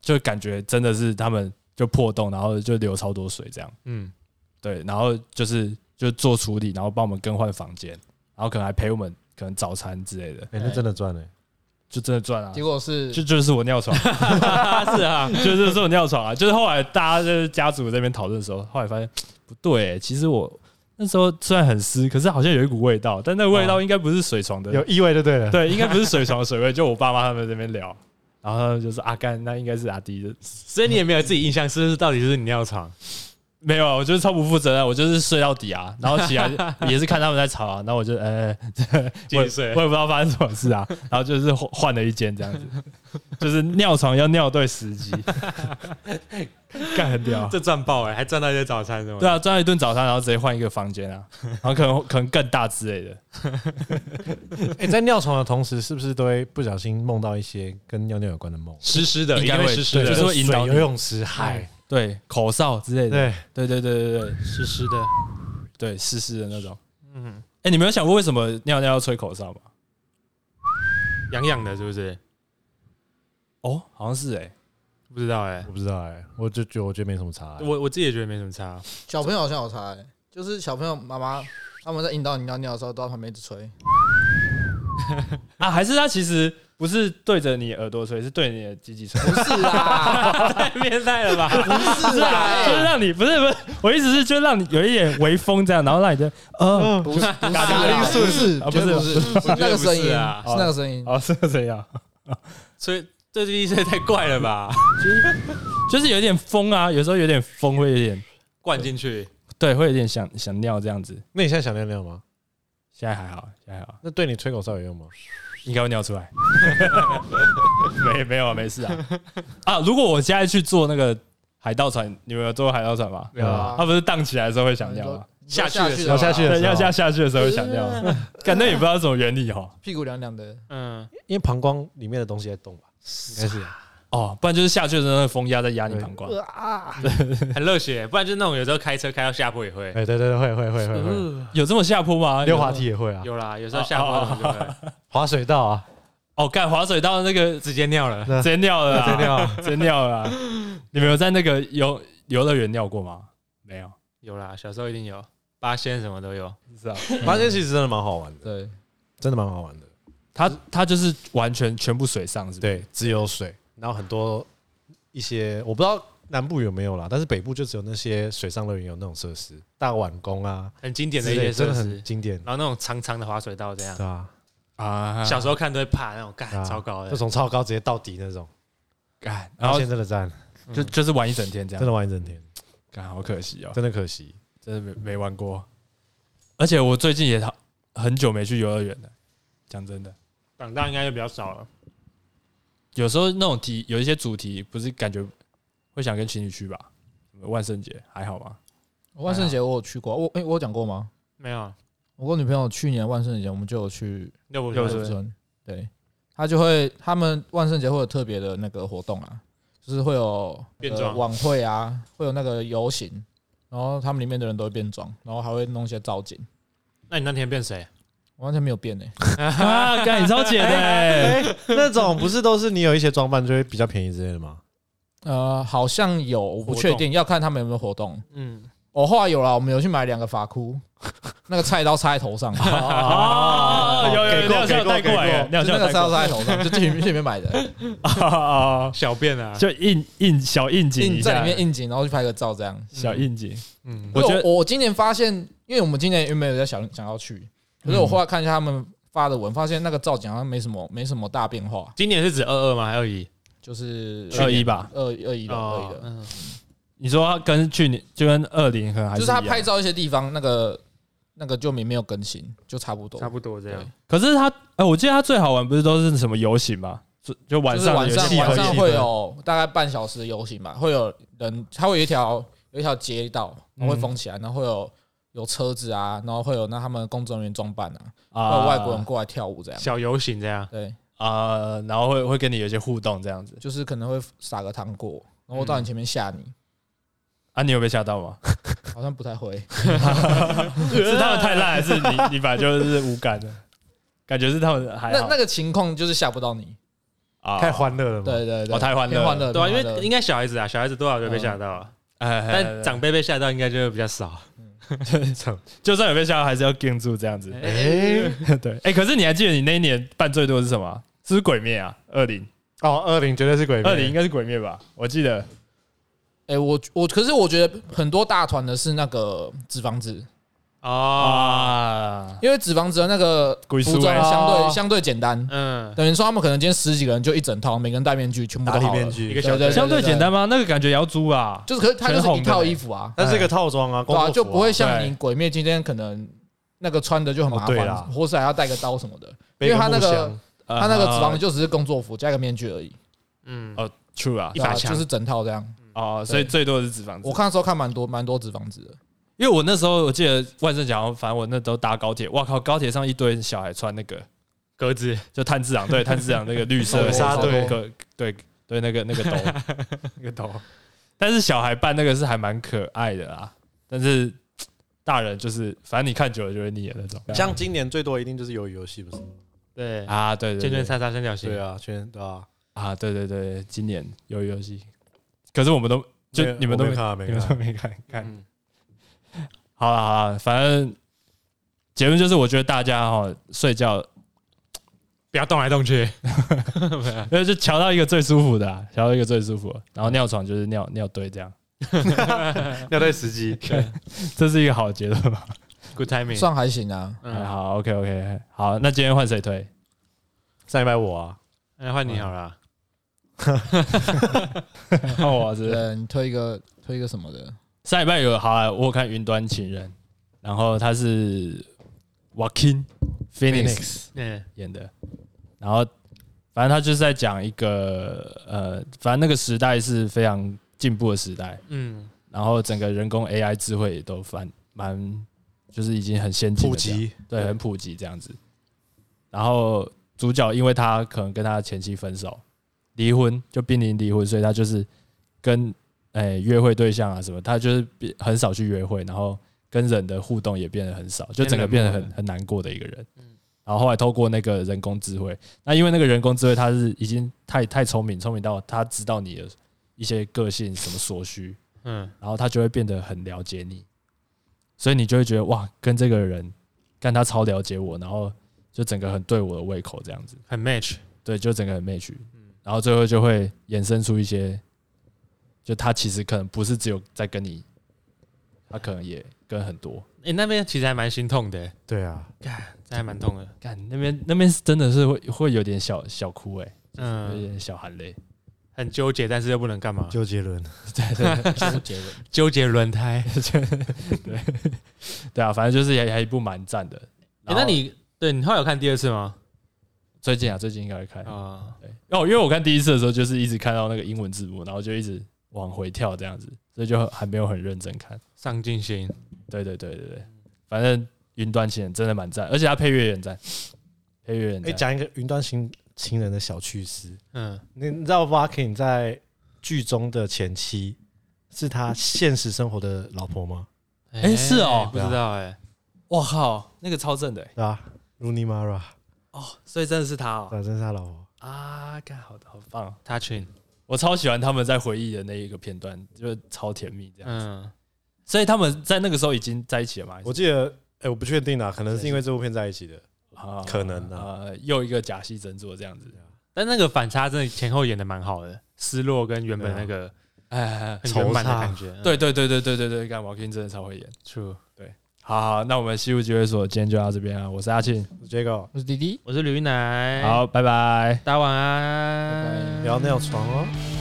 Speaker 1: 就感觉真的是他们就破洞，然后就流超多水这样，
Speaker 4: 嗯，
Speaker 1: 对，然后就是就做处理，然后帮我们更换房间，然后可能还陪我们可能早餐之类的，
Speaker 2: 哎，那真的转了。
Speaker 1: 就真的赚啊
Speaker 3: 结。果是
Speaker 1: 就就是我尿床，
Speaker 4: 是啊，
Speaker 1: 就是是我尿床啊！就是后来大家就是家族这边讨论的时候，后来发现不对、欸其实我那时候虽然很湿，可是好像有一股味道，但那个味
Speaker 4: 哦
Speaker 1: 道应该不是水床的
Speaker 2: 有异味就对了。
Speaker 1: 对，应该不是水床的水位，就我爸妈他们这边聊，然后他们就说阿啊干，那应该是阿迪的。
Speaker 4: 所以你也没有自己印象，是不是到底是你尿床？
Speaker 1: 没有，啊我就是超不负责任，我就是睡到底啊，然后起来 也是看他们在吵啊，然后我就呃，
Speaker 4: 继
Speaker 1: 我
Speaker 4: 续
Speaker 1: 也
Speaker 4: 睡
Speaker 1: 我也不知道发生什么事啊，然后就是换换了一间这样子，就是尿床要尿对时 机，干很屌。
Speaker 4: 这赚爆哎、还赚到一些早餐什么的？
Speaker 1: 对啊，赚了一顿早餐，然后直接换一个房间啊，然后可能可能更大之类的。
Speaker 2: 哎，在尿床的同时，是不是都会不小心梦到一些跟尿尿有关的梦？
Speaker 4: 湿湿的，
Speaker 1: 应
Speaker 4: 应
Speaker 1: 该
Speaker 4: 该
Speaker 1: 会
Speaker 4: 会湿湿
Speaker 1: 对
Speaker 4: 的，
Speaker 1: 就是会引导
Speaker 2: 水
Speaker 1: 你
Speaker 2: 游泳池海，
Speaker 1: 对，口哨之类的。
Speaker 2: 对，
Speaker 1: 对对对对对
Speaker 4: 湿湿的。
Speaker 1: 对，湿湿的那种。嗯，哎，你没有想过为什么尿尿要吹口哨吗？
Speaker 4: 痒痒的，是不是？
Speaker 1: 哦，好像是哎，
Speaker 4: 不知道哎、
Speaker 2: 我不知道哎、我就觉得我觉得没什么差、欸。
Speaker 4: 我我自己也觉得没什么 差。
Speaker 3: 小朋友好像有差、欸，就是小朋友妈妈他们在引导你尿尿的时候，都在旁边一直吹。
Speaker 1: 啊，还是他其实不是对着你耳朵吹，是对你的鸡鸡吹，
Speaker 3: 不是啦，
Speaker 1: 太变态了吧？
Speaker 3: 不是
Speaker 1: 是啊，就是
Speaker 3: 啦，
Speaker 1: 让你不是不是，我意思是就是让你有一点微风这样，然后让你的呃，
Speaker 3: 不是，不是啦，
Speaker 1: 嘎
Speaker 3: 不是，
Speaker 1: 啊不
Speaker 3: 绝
Speaker 1: 是
Speaker 3: 对不是，是那个声音
Speaker 4: 我觉得不是啊
Speaker 3: 是那个声音。
Speaker 1: 哦是这样，
Speaker 4: 所以对这一岁太怪了吧？
Speaker 1: 就是有点风啊，有时候有点风会有点
Speaker 4: 灌进去，
Speaker 1: 对，会有点想想尿这样子。
Speaker 2: 那你现在想尿尿吗？
Speaker 1: 现在还好，现在还好，
Speaker 2: 那对你吹口哨有用吗？
Speaker 1: 应该会尿出来。 没没有啊，没事啊。啊，如果我现在去做那个海盗船，你们有做过海盗船吗？
Speaker 4: 没有啊
Speaker 3: 啊
Speaker 1: 它不是荡起来的时候会想
Speaker 3: 你
Speaker 1: 尿
Speaker 3: 说
Speaker 1: 吗？
Speaker 3: 你说
Speaker 4: 下去的时
Speaker 3: 啊
Speaker 4: 候
Speaker 2: 下去的
Speaker 1: 对，
Speaker 2: 时候
Speaker 1: 要下下去的时候会想尿，感觉也不知道什么原理哦。
Speaker 3: 屁股凉凉的，
Speaker 4: 嗯，
Speaker 2: 因为膀胱里面的东西在动吧，应该是。
Speaker 1: 哦，不然就是下去的时候那个风压在压你膀胱。
Speaker 3: 啊，
Speaker 4: 很热血，不然就那种有时候开车开到下坡也会。
Speaker 2: 哎，对对对，会会会会会，
Speaker 4: 呃
Speaker 1: 有这么下坡吗？
Speaker 2: 溜滑梯也会啊，
Speaker 4: 有啦，有时候下坡可能就会
Speaker 2: 滑水道啊，
Speaker 1: 哦，干滑水道那 个
Speaker 4: 直接尿了。
Speaker 1: 直
Speaker 2: 啊
Speaker 1: 接尿了啦，
Speaker 2: 真的啊，
Speaker 1: 直接尿了啦。你们有在那个游游乐园尿过吗？没有，
Speaker 4: 有啦，小时候一定有，八仙什么都有。
Speaker 1: 是啊。
Speaker 2: 发现其实真的蛮好玩的，
Speaker 3: 对，
Speaker 2: 真的蛮好玩的。
Speaker 1: 它它就是完全全部水上是不是？
Speaker 2: 对，只有水，然后很多一些我不知道南部有没有啦，但是北部就只有那些水上乐园有那种设施，大碗宫啊，
Speaker 4: 很经典的
Speaker 2: 之
Speaker 4: 一
Speaker 2: 类
Speaker 4: 些
Speaker 2: 真
Speaker 4: 设
Speaker 2: 的
Speaker 4: 施
Speaker 2: 很，经典，
Speaker 4: 然后那种长长的滑水道这样
Speaker 2: 对，啊，
Speaker 1: 啊，
Speaker 4: 小时候看都会怕那种，干
Speaker 2: 对啊
Speaker 4: 超高
Speaker 2: 就
Speaker 4: 的，
Speaker 2: 从超高直接到底那种，
Speaker 1: 干，然
Speaker 2: 然后
Speaker 1: 后
Speaker 2: 现在真的赞，
Speaker 1: 就就是玩一整嗯天这
Speaker 2: 真
Speaker 1: 样，
Speaker 2: 的玩一整天，
Speaker 1: 干好可惜哦，
Speaker 2: 真的可惜。
Speaker 1: 真的没没玩过。而且我最近也好很久没去游乐园了，讲真的，
Speaker 4: 长大应该就比较少了。
Speaker 1: 有时候那种题有一些主题，不是感觉会想跟情侣去吧？什么万圣节还好吗？
Speaker 3: 万圣节我有去过，我哎、我有讲过吗？
Speaker 4: 没有，
Speaker 3: 我跟我女朋友去年万圣节我们就有去
Speaker 4: 六五
Speaker 1: 六
Speaker 4: 六
Speaker 1: 十
Speaker 3: 六村，对，他就会他们万圣节会有特别的那个活动啊，就是会有那
Speaker 4: 变
Speaker 3: 个
Speaker 4: 装
Speaker 3: 晚会啊，会有那个游行，然后他们里面的人都会变装，然后还会弄一些造景，
Speaker 4: 那你那天变谁？
Speaker 3: 我完全没有变呢、欸
Speaker 1: 啊，干你超姐的、欸，
Speaker 2: 哎，那种不是都是你有一些装扮就会比较便宜之类的吗？
Speaker 3: 呃，好像有，我不确
Speaker 4: 活
Speaker 3: 定，要看他们有没有活动。
Speaker 4: 嗯，
Speaker 3: 我、后来有了，我们有去买两个发箍，那个菜刀插在头上， 就
Speaker 1: 哦，有有有，
Speaker 2: 给过
Speaker 1: 你好像有带过来，你好像
Speaker 3: 那
Speaker 1: 有
Speaker 3: 个
Speaker 1: 带
Speaker 3: 菜刀
Speaker 1: 过
Speaker 3: 插在头上，就去里面去里面买的，
Speaker 1: 啊，
Speaker 4: 小便 啊，
Speaker 1: 就应应小应景一
Speaker 3: 印在
Speaker 1: 下
Speaker 3: 里，面应景，然后去拍个照这样。
Speaker 1: 小应景，
Speaker 4: 嗯，
Speaker 1: 我觉得
Speaker 3: 我我今年发现，因为我们今年原本有在想想要去，可是
Speaker 1: 嗯
Speaker 3: 我后来看一下他们发的文，发现那个造景好像没什么没什么大变化，
Speaker 4: 今年是指二二吗？还有一
Speaker 3: 就是
Speaker 1: 二一吧。
Speaker 3: 二二一的二一
Speaker 4: 哦，
Speaker 3: 的，
Speaker 4: 嗯
Speaker 1: 你说它跟去年就跟二零可能还
Speaker 3: 就是是他
Speaker 1: 一样
Speaker 3: 拍照一些地方那个那个就没没有更新，就差不多
Speaker 4: 差。不多这样。
Speaker 1: 可是他，呃，我记得他最好玩不是都是什么游行吗？就就晚
Speaker 3: 就是
Speaker 1: 上
Speaker 3: 晚
Speaker 1: 有
Speaker 3: 上
Speaker 1: 气
Speaker 3: 晚
Speaker 1: 氛，
Speaker 3: 上
Speaker 2: 气氛
Speaker 3: 会有大概半小时的游行吧，会有人，它会有一条有一条街道，然后会封起来，然后会有有车子啊，然后会有那他们工作人员装扮啊，会有外国人过来跳舞这样。
Speaker 4: 小游行这样，
Speaker 3: 对，
Speaker 1: 啊，然后会会跟你有一些互动这样子
Speaker 3: 就是可能会撒个糖果，然后到你前面吓你，
Speaker 1: 啊，你有被吓到 吗？
Speaker 3: 好像不太会。
Speaker 1: 是他们太烂，还是你你本来就是无感的？感觉是他们还
Speaker 3: 那
Speaker 1: 好
Speaker 3: 那个情况就是吓不到你，
Speaker 1: 啊
Speaker 2: 太欢乐了嘛，
Speaker 3: 对对对，
Speaker 1: 哦太欢乐
Speaker 3: 偏欢乐，
Speaker 4: 对啊，因
Speaker 3: 偏欢乐
Speaker 4: 为应该小孩子啊，小孩子多少就被吓到啊，
Speaker 1: 哎
Speaker 4: 但长辈被吓到应该就比较少。
Speaker 1: 就算有被吓到，还是要盯住这样子。
Speaker 2: 哎，
Speaker 1: 对，哎，可是你还记得你那一年办最多的是什么啊？是不是鬼灭啊？二零
Speaker 2: 哦，二零绝对是鬼片，哎
Speaker 1: 二零应该是鬼灭吧？我记得
Speaker 3: 哎，我我可是我觉得很多大团的是那个纸房子，
Speaker 4: 哦，
Speaker 1: 啊，
Speaker 3: 因为纸房子的那个服
Speaker 1: 鬼
Speaker 3: 装
Speaker 1: 叔欸
Speaker 3: 相
Speaker 2: 哦
Speaker 3: 对相对简单，
Speaker 4: 嗯，
Speaker 3: 等于说他们可能今天十几个人就一整套，每个人戴面具，全部
Speaker 2: 打
Speaker 3: 都
Speaker 2: 体
Speaker 3: 好
Speaker 2: 面
Speaker 3: 了，
Speaker 4: 一
Speaker 2: 具
Speaker 4: 个，小
Speaker 3: 对对
Speaker 1: 相对简单吗？那个感觉也要租啊，
Speaker 3: 就是可是它就
Speaker 1: 全
Speaker 3: 是
Speaker 1: 红
Speaker 3: 一
Speaker 1: 的
Speaker 3: 套
Speaker 1: 嘞
Speaker 3: 衣服啊，
Speaker 2: 但是一个套装啊，工
Speaker 3: 对啊，
Speaker 2: 作服
Speaker 3: 就不会像
Speaker 1: 对
Speaker 3: 你鬼灭今天可能那个穿的就很麻
Speaker 2: 哦对啦
Speaker 3: 烦，或是还要带个刀什么的，
Speaker 2: 背个
Speaker 3: 因为它那个
Speaker 2: 木箱
Speaker 1: 他
Speaker 3: 他那个纸房子就只是工作服加一个面具而已，
Speaker 4: 嗯，
Speaker 1: 哦 true 啊
Speaker 4: 一
Speaker 3: 对啊
Speaker 4: 把枪嗯
Speaker 3: 就是整套这样。
Speaker 1: 哦，所以最多的是脂肪
Speaker 3: 我
Speaker 1: 我
Speaker 3: 看的时候看蛮多蛮多纸房子 的，
Speaker 1: 因为我那时候我记得万圣节，好像反正我那时候搭高铁，哇靠，高铁上一堆小孩穿那个
Speaker 4: 格子
Speaker 1: 就炭治郎，对炭治郎那个绿 色
Speaker 3: 哦
Speaker 2: 头纱
Speaker 1: 对
Speaker 2: 对
Speaker 1: 个对对那个那个兜那个兜，但是小孩扮那个是还蛮可爱的啦，但是。大人就是反正你看久了就会腻的那种。
Speaker 2: 像今年最多一定就是鱿鱼游戏，不是？
Speaker 4: 对，
Speaker 1: 啊，对对
Speaker 4: 圈
Speaker 1: 对
Speaker 4: 圈叉叉三角形
Speaker 2: 对，啊，圈对啊，
Speaker 1: 啊，对对对，今年鱿鱼游戏，可是我们都就
Speaker 2: 没有
Speaker 1: 你们都没
Speaker 2: 我没看啊，没
Speaker 1: 你们
Speaker 2: 看
Speaker 1: 都
Speaker 2: 啊。
Speaker 1: 没看看。
Speaker 4: 嗯
Speaker 1: 好了好了，反正结论就是，我觉得大家哈、睡觉，
Speaker 4: 不要动来动去，
Speaker 2: 嗯
Speaker 1: 因为就调到一个最舒服的、啊，调到一个最舒服的，然后尿床就是尿尿堆这样，
Speaker 2: 要对时 机，嗯
Speaker 1: 这是一个好结论吧？
Speaker 4: ，good timing，
Speaker 3: 算还行啊。
Speaker 1: 哎
Speaker 4: 嗯，
Speaker 1: 好，OK OK，好，那今天换谁 推？
Speaker 2: 上一拜我啊，
Speaker 4: 那哎换你好了，
Speaker 1: 换哦我是不是？
Speaker 3: 对，你推一个推一个什么的？
Speaker 1: 上礼拜有好、啊，我有看《云端情人》，然后他是 Joaquin Phoenix
Speaker 4: 嗯，
Speaker 1: 演的，然后反正他就是在讲一个呃，反正那个时代是非常进步的时代，
Speaker 4: 嗯，
Speaker 1: 然后整个人工 AI 智慧也都蛮蛮就是已经很先进
Speaker 2: 普
Speaker 1: 了这样，
Speaker 2: 及，
Speaker 1: 对，很普及这样子。然后主角因为他可能跟他前妻分手，离婚就濒临离婚，所以他就是跟诶、约会对象啊什么，他就是比很少去约会，然后跟人的互动也变得很嗯少，就整个变得
Speaker 4: 变冷
Speaker 1: 很
Speaker 4: 漠了
Speaker 1: 很难过的一个人。然后后来透过那个人工智慧，那因为那个人工智慧它是已经太太聪明，聪明到他知道你的一些个性什么所需，
Speaker 4: 嗯，
Speaker 1: 然后他就会变得很了解你，所以你就会觉得哇，跟这个人，干他超了解我，然后就整个很对我的胃口这样子，
Speaker 4: 很 match，
Speaker 1: 对，就整个很 match，然后最后就会衍生出一些，就他其实可能不是只有在跟你，他可能也跟很多，
Speaker 4: 哎，那边其实还蛮心痛的，
Speaker 2: 对啊，
Speaker 4: 这还蛮 痛的，
Speaker 1: 干那边那边是真的是会会有点小小哭哎、有
Speaker 4: 嗯，
Speaker 1: 点小含 泪，
Speaker 4: 很纠结，但是又不能干嘛，
Speaker 2: 周杰伦，
Speaker 3: 就是结尾。
Speaker 4: 纠结轮胎，
Speaker 1: 对 啊，反正就是也还一部蛮赞的。然
Speaker 4: 哎
Speaker 1: 后
Speaker 4: 那你对你后来有看第二次吗？
Speaker 1: 最近啊，最近应该会看
Speaker 4: 啊，
Speaker 1: 对，哦，因为我看第一次的时候，就是一直看到那个英文字幕，然后就一直往回跳这样子，所以就还没有很认真看。
Speaker 4: 上进心，
Speaker 1: 对对对对对，反正云端情人真的蛮赞，而且它配乐也很赞，配乐也很
Speaker 2: 哎，
Speaker 1: 赞。
Speaker 2: 讲一个云端情情人的小趣事，
Speaker 4: 嗯，
Speaker 2: 你你知道 Vakin 在剧中的前妻是他现实生活的老婆吗？
Speaker 1: 诶是哦
Speaker 4: 哎不知道哎，
Speaker 1: 我靠，那个超正的欸、
Speaker 2: 对啊 r u n i Mara，
Speaker 1: 哦，所以真的是他哦
Speaker 2: 对啊，真是他老婆。
Speaker 1: 啊，干好的好棒哦、
Speaker 4: 他群，
Speaker 1: 我超喜欢他们在回忆的那一个片段，就是超甜蜜这样。
Speaker 4: 嗯，
Speaker 1: 所以他们在那个时候已经在一起了嘛？
Speaker 2: 我记得，哎，我不确定啊，可能是因为这部片在一起的。
Speaker 1: 啊
Speaker 2: 可能
Speaker 1: 啊，
Speaker 2: 啊
Speaker 1: 又一个假戏真做这样子。
Speaker 4: 但那个反差真的前后演的蛮好的，失落跟原本那个
Speaker 1: 哎哎，哎
Speaker 2: 啊
Speaker 4: 很圆满的感觉，嗯
Speaker 1: 对对对对对对对，干毛 king 真的超会演。
Speaker 4: ，true，
Speaker 1: 好好，那我们西湖聚会所今天就到这边啊，我是阿庆，
Speaker 4: 嗯
Speaker 2: Jago，
Speaker 3: 我是弟弟。
Speaker 4: 我是吕奶，
Speaker 1: 好，拜拜。
Speaker 4: 大家晚安，
Speaker 3: 拜拜
Speaker 2: 不要尿床哦。
Speaker 4: 拜